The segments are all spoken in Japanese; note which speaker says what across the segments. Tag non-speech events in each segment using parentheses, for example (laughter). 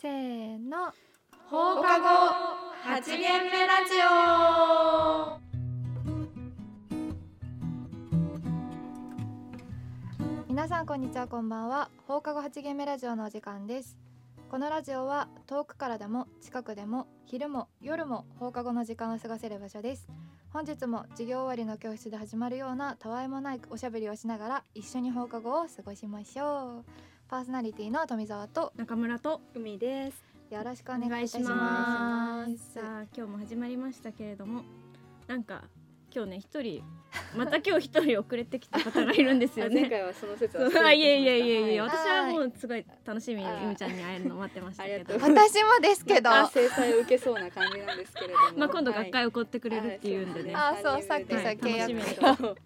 Speaker 1: せーの
Speaker 2: 放課後八限目ラジオ
Speaker 1: 皆さんこんにちはこんばんは放課後八限目ラジオのお時間ですこのラジオは遠くからでも近くでも昼も夜も放課後の時間を過ごせる場所です本日も授業終わりの教室で始まるようなたわいもないおしゃべりをしながら一緒に放課後を過ごしましょうパーソナリティの富澤と
Speaker 2: 中村と海です
Speaker 1: よろしくお
Speaker 2: お
Speaker 1: 願
Speaker 2: 願
Speaker 1: いい
Speaker 2: い
Speaker 1: た
Speaker 2: し
Speaker 1: しま
Speaker 2: ますすさあ今日も始まりましたけれどもなんか今日ね一人また今日一人遅れてきた方がいるんですよ
Speaker 3: (laughs) あ
Speaker 2: ね
Speaker 3: 前回はその説は
Speaker 2: そうあいえいえいえいえ
Speaker 3: はい
Speaker 1: あ
Speaker 2: 私はもうすごい楽しみに
Speaker 3: はい
Speaker 2: ゆみちゃんに会えるの待ってました
Speaker 3: あ
Speaker 2: け
Speaker 3: り
Speaker 2: ど
Speaker 3: がとう
Speaker 1: 私もですけど
Speaker 3: あ制裁を受けそうな感じなんですけれども
Speaker 2: まあ今度学会起こってくれるっていうんでね、
Speaker 1: あそうさっき
Speaker 2: さ契約
Speaker 3: と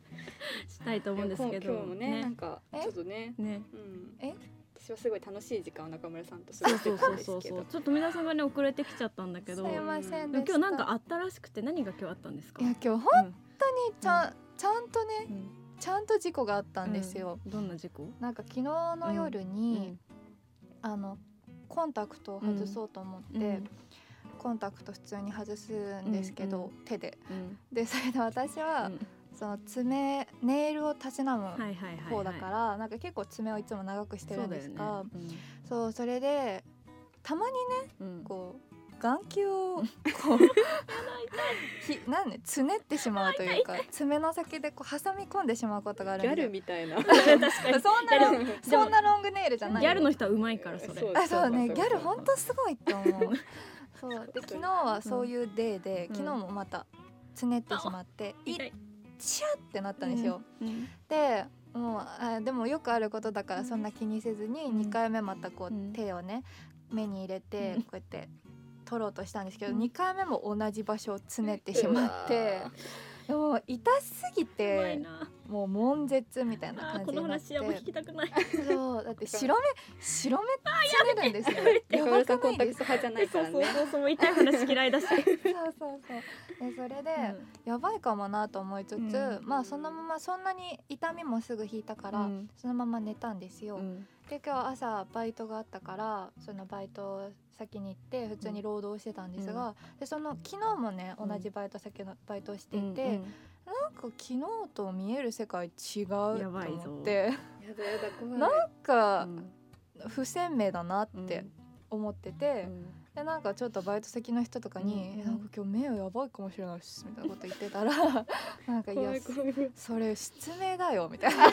Speaker 2: したいと思うんですけど
Speaker 3: 今日もねなんか
Speaker 1: え
Speaker 3: ちょっとね
Speaker 2: ね
Speaker 3: うん
Speaker 1: え
Speaker 3: 私はすごい楽しい時間を中村さんと過
Speaker 2: そ
Speaker 3: ご
Speaker 2: う
Speaker 3: して
Speaker 2: そう
Speaker 3: た
Speaker 2: そ
Speaker 3: ん
Speaker 2: う
Speaker 3: です
Speaker 2: そう
Speaker 3: け
Speaker 2: そう
Speaker 3: ど
Speaker 2: ちょっと皆さんがね遅れてきちゃったんだけ
Speaker 1: す
Speaker 2: ど
Speaker 1: い
Speaker 2: でも
Speaker 1: ませんでし
Speaker 2: 今
Speaker 1: た
Speaker 2: 日なんかあったらしくて何が今日あったんですか
Speaker 1: いや今日本
Speaker 2: うん
Speaker 1: 当にちゃんちゃんとね
Speaker 2: うん
Speaker 1: ちゃんと事故があったんですよ、
Speaker 2: どんな事故
Speaker 1: なんか昨日の夜に、あのコンタクトを外そうと思って、
Speaker 2: うんうん
Speaker 1: コンタクト普通に外すんですけど、
Speaker 2: う
Speaker 1: 手で
Speaker 2: うん
Speaker 1: でそれで私は、
Speaker 2: うん
Speaker 1: その爪ネイルをたしなむ
Speaker 2: はいはいはい
Speaker 1: 方だから、
Speaker 2: ら
Speaker 1: なんか結構爪をいつも長くして
Speaker 2: そ
Speaker 1: る
Speaker 2: うんだ
Speaker 1: で
Speaker 2: よ
Speaker 1: す
Speaker 2: ね
Speaker 1: がそう,、それでたまに
Speaker 2: うん
Speaker 1: こう眼球
Speaker 2: (laughs)
Speaker 1: をこうひなんねつねってしまうと
Speaker 2: (laughs)
Speaker 1: いうか爪の先でこう挟み込んでしまうことがあるん
Speaker 3: ギャ
Speaker 1: で
Speaker 3: ルみたいな
Speaker 2: 確かに
Speaker 1: そんなロン
Speaker 2: でも
Speaker 1: そんなロングネイルじゃない
Speaker 2: ギャルの人はうまいからそれ
Speaker 3: そう
Speaker 1: あそうね
Speaker 3: そうそうそう
Speaker 1: ギャル本当すごいって思
Speaker 2: (laughs)
Speaker 1: うそうで昨日はそういうデーで、
Speaker 2: うん
Speaker 1: 昨日もまたつねってしまってい
Speaker 2: 痛い
Speaker 1: ちゃってなったんですよ、
Speaker 2: うん
Speaker 1: でもうあでもよくあることだからそんな気にせずに
Speaker 2: うん
Speaker 1: 2回目またこう、
Speaker 2: うん
Speaker 1: 手をね目に入れて
Speaker 2: うん
Speaker 1: こうやって取ろうとしたんですけど、
Speaker 2: うん
Speaker 1: 2回目も同じ場所をつねってしまってでも痛すぎ
Speaker 2: うま
Speaker 1: て
Speaker 2: いな
Speaker 1: もう悶絶みたいな
Speaker 2: あー
Speaker 1: 感
Speaker 2: こ
Speaker 1: じ
Speaker 2: の
Speaker 1: になっ
Speaker 2: 話
Speaker 1: て
Speaker 2: あんま聞きたく (laughs) ない
Speaker 1: そうだって白目白目つねるんですよ
Speaker 3: 中
Speaker 1: や
Speaker 3: 村
Speaker 1: ば
Speaker 3: さん
Speaker 1: く
Speaker 3: コ
Speaker 1: な
Speaker 3: ン
Speaker 1: い
Speaker 3: タ
Speaker 1: で
Speaker 3: ク
Speaker 1: す
Speaker 3: ト派じゃないか
Speaker 2: そうそう
Speaker 3: らね
Speaker 2: そうそう痛い話嫌いだし
Speaker 1: そうそうそうでそれで、やばいかもなと思いつつ、
Speaker 2: う
Speaker 1: まあそのままそんなに痛みもすぐ引いたから、
Speaker 2: うん
Speaker 1: そのまま寝たんですよ、
Speaker 2: うん
Speaker 1: で今日朝バイトがあったからそのバイト先に行って普通に労働してたんですが、でその昨日もね
Speaker 2: う
Speaker 1: 同
Speaker 2: ん
Speaker 1: じバイト先のバイトをして
Speaker 2: う
Speaker 1: い
Speaker 2: ん
Speaker 1: て、なんか昨日と見える世界違うと
Speaker 2: やばいぞ
Speaker 1: 思って
Speaker 3: やだやだ怖い
Speaker 1: なん
Speaker 2: う
Speaker 1: か
Speaker 2: ん
Speaker 1: 不鮮明だなっ
Speaker 2: うん
Speaker 1: て思ってて、
Speaker 2: うん
Speaker 1: でなんかちょっとバイト先の人とかに
Speaker 2: う
Speaker 1: 「
Speaker 2: ん
Speaker 1: えなんか今日目やばいかもしれないっす」みたいなこと言って
Speaker 2: (laughs)
Speaker 1: たらなんか「いや
Speaker 3: 怖い怖い
Speaker 1: それ失明だよ」みたいな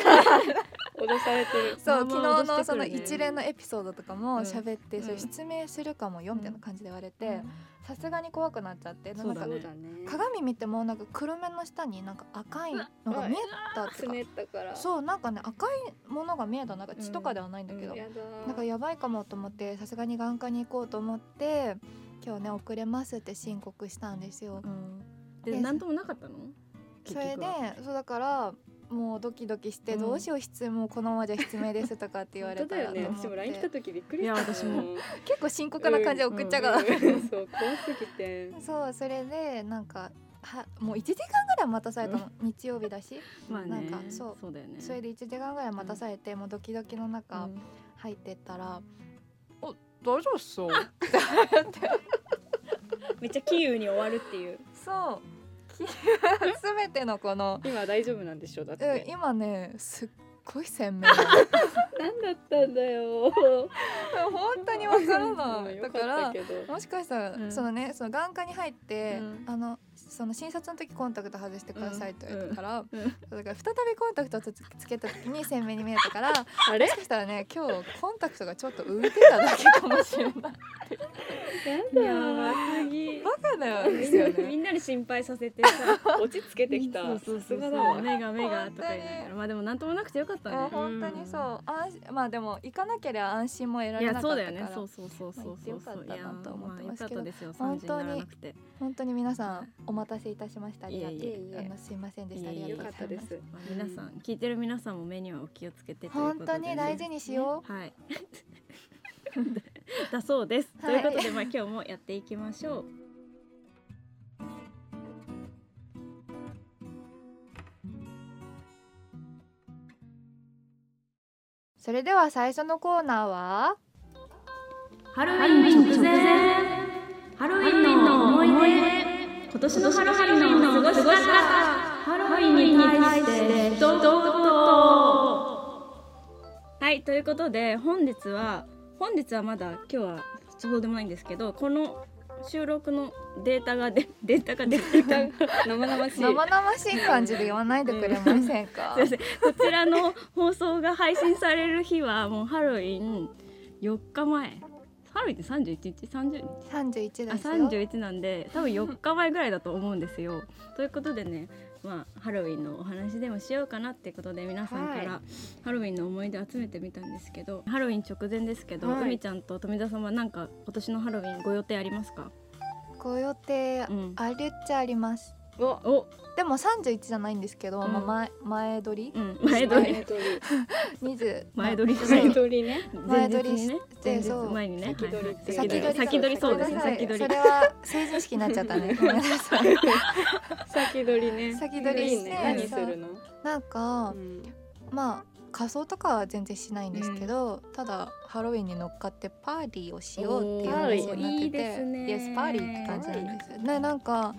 Speaker 3: 脅されてる
Speaker 1: そう
Speaker 2: (laughs)
Speaker 1: 昨
Speaker 2: まあまあ
Speaker 1: 日のそ
Speaker 2: 脅
Speaker 1: の
Speaker 2: してくるね
Speaker 1: 一連のエピソードとか
Speaker 2: う
Speaker 1: も
Speaker 2: ん
Speaker 1: 喋って「
Speaker 2: うん
Speaker 1: それ失明するかもよ」みたいな感じで言われてさすがに怖くなっちゃって
Speaker 2: そ
Speaker 1: な
Speaker 2: うんだ
Speaker 1: か
Speaker 2: ね
Speaker 3: そうだね
Speaker 1: 鏡見てもなんか黒目の下になんか赤いのが見えたって
Speaker 3: つ
Speaker 1: か
Speaker 3: ねったから
Speaker 1: そうなんかね赤いものが見えたなんか血とかではないんだけど
Speaker 2: う
Speaker 3: やだ
Speaker 1: なんかやばいかもと思ってさすがに眼科に行こうと思って今日ね遅れますって申告したんですよ
Speaker 2: う。んで
Speaker 1: で
Speaker 2: 何ともなかったの
Speaker 1: それ
Speaker 2: 結
Speaker 1: で
Speaker 2: 局は
Speaker 1: そうだからもうドキドキして「
Speaker 2: うん
Speaker 1: どうしよう失明このままじゃ失明です」とかって言われ
Speaker 3: 本当
Speaker 1: た
Speaker 3: だ
Speaker 1: ら
Speaker 3: よ
Speaker 1: と
Speaker 3: ね
Speaker 1: 思っ
Speaker 3: 私も LINE 来た
Speaker 1: て
Speaker 3: 時びっくりした
Speaker 2: いや私も
Speaker 3: (laughs) うん
Speaker 1: 結構深刻な感じで送っちゃうから、
Speaker 3: うんそう怖すぎて
Speaker 1: (laughs) そうそれでなんかはもう1時間ぐらい待たされたの日曜日だし
Speaker 2: まあね
Speaker 1: なんかそう
Speaker 2: そうだよね
Speaker 1: それで1時間ぐらい待たされてもうドキドキの
Speaker 2: う
Speaker 1: 中
Speaker 2: ん
Speaker 1: 入ってったら「お大丈夫っす (laughs) よ」って
Speaker 2: めっちゃキーウに終わるっていう
Speaker 1: そう
Speaker 2: (laughs)
Speaker 1: き全てのこの
Speaker 3: 今大丈夫なんでしょう
Speaker 1: う
Speaker 3: だっ
Speaker 1: ん
Speaker 3: て
Speaker 1: 今ねすっごい鮮
Speaker 2: (laughs)
Speaker 1: 明なの
Speaker 3: 何だったんだよ
Speaker 1: 本当にわからな
Speaker 3: うん
Speaker 1: い
Speaker 3: よ
Speaker 1: だか
Speaker 3: かった
Speaker 1: ら
Speaker 3: けど
Speaker 1: もしかしたら、
Speaker 2: うん
Speaker 1: そのねその眼科に入って、
Speaker 2: うん
Speaker 1: あのその診察の時コンタクト外してくださいって言われたから、
Speaker 2: うんうん
Speaker 1: だから再びコンタクトをつつけた時に鮮明に見えたからも
Speaker 3: あれ
Speaker 1: しかしたらね今日コンタクトがちょっと浮いてただけかも
Speaker 2: (laughs)
Speaker 1: しれない
Speaker 3: やだ
Speaker 2: す (laughs) ぎ
Speaker 1: バカだよですよね
Speaker 2: みんなに心配させてさ
Speaker 3: 落ち着けてきた
Speaker 2: そうそうそ
Speaker 3: さす
Speaker 2: う
Speaker 3: がだわ
Speaker 2: 目が目がとか言いなが
Speaker 1: 本当
Speaker 2: らまあでもなんともなくてよかった
Speaker 1: あ
Speaker 2: ね
Speaker 1: 本当にそう安心まあでも行かなければ安心も得ら
Speaker 2: い
Speaker 1: れ
Speaker 2: や
Speaker 1: なか
Speaker 2: そ
Speaker 1: っ
Speaker 2: うだ
Speaker 1: た
Speaker 2: よ
Speaker 1: か
Speaker 2: ね
Speaker 1: ら
Speaker 2: そうそうそうそ
Speaker 1: まあ
Speaker 2: うそう
Speaker 1: 行ってよかったなと思って
Speaker 2: い
Speaker 1: ま
Speaker 2: やまあよ
Speaker 1: す
Speaker 2: かっ
Speaker 1: けど
Speaker 2: たですよ
Speaker 1: 本
Speaker 2: 三時に
Speaker 1: 当
Speaker 2: な
Speaker 1: に
Speaker 2: らなくて
Speaker 1: 本当に皆さんお待たせいたしましたありがとう
Speaker 2: い
Speaker 3: えいえ
Speaker 1: あのすいませんでしたあ
Speaker 2: い
Speaker 1: り
Speaker 2: えいえ
Speaker 1: がとうございます
Speaker 3: よかったです
Speaker 2: まあ皆さん聞いてる皆さんも目にはお気をつけてということ
Speaker 1: 本
Speaker 2: で
Speaker 1: 当に大事にしよう、
Speaker 2: はい (laughs) だそうです、
Speaker 1: はい
Speaker 2: ということでまあ今日もやっていきましょう
Speaker 1: それでは最初のコーナーは
Speaker 2: ハロウィン直前ハロウィンの思い出今年のハロウィンの過ごし方ハロウィンに対してどうはいということで本日は本日はまだ今日はそうでもないんですけどこの収録のデータがでデータが出てた
Speaker 3: 生々しい。
Speaker 1: 生々しい感じで言わないでくれませんか
Speaker 2: (laughs) すいませんこちらの放送が配信される日はもうハロウィン4日前ハロウィンって31日30日
Speaker 1: 三十一
Speaker 2: あ
Speaker 1: ですよ
Speaker 2: 31なんで多分4日前ぐらいだと思うんですよ。ということでね、まあ、ハロウィンのお話でもしようかなってことで皆さんか
Speaker 3: は
Speaker 2: らハロウィンの思い出集めてみたんですけどハロウィン直前ですけど、
Speaker 3: はい
Speaker 2: 海ちゃんと富田さんはなんか今年のハロウィンご予定ありますか、
Speaker 1: ご予定
Speaker 2: うん、
Speaker 1: あるっちゃあります
Speaker 3: お
Speaker 2: お、
Speaker 1: でも三十一じゃないんですけど、
Speaker 2: うん
Speaker 1: まあ前前撮り
Speaker 2: うん、前撮り
Speaker 3: 前撮り。
Speaker 1: 二十
Speaker 2: 前撮りじゃな
Speaker 3: 前
Speaker 2: い
Speaker 3: 撮りね。
Speaker 1: 前撮り
Speaker 2: 前日にね
Speaker 1: して
Speaker 2: 前日
Speaker 1: そう
Speaker 2: 前にね
Speaker 3: 先撮りって
Speaker 2: はいはい
Speaker 1: 先
Speaker 2: 先撮
Speaker 1: 撮
Speaker 2: り
Speaker 1: り
Speaker 2: そうですね
Speaker 1: ごめんなさ
Speaker 2: 先
Speaker 1: い
Speaker 2: 撮り
Speaker 1: それは成人式になっちゃったねごめんなさ
Speaker 2: (laughs)
Speaker 1: い
Speaker 3: 先撮りね。
Speaker 1: 先撮りして
Speaker 3: いいね何するの？
Speaker 1: なんか、
Speaker 3: うん
Speaker 1: まあ仮装とかは全然しないんですけど、ただハロウィンに乗っかってパーティーをしようっていう話になって
Speaker 2: お
Speaker 1: て
Speaker 2: ーいいですね
Speaker 1: イエスパーティーって感じなんですよねなんか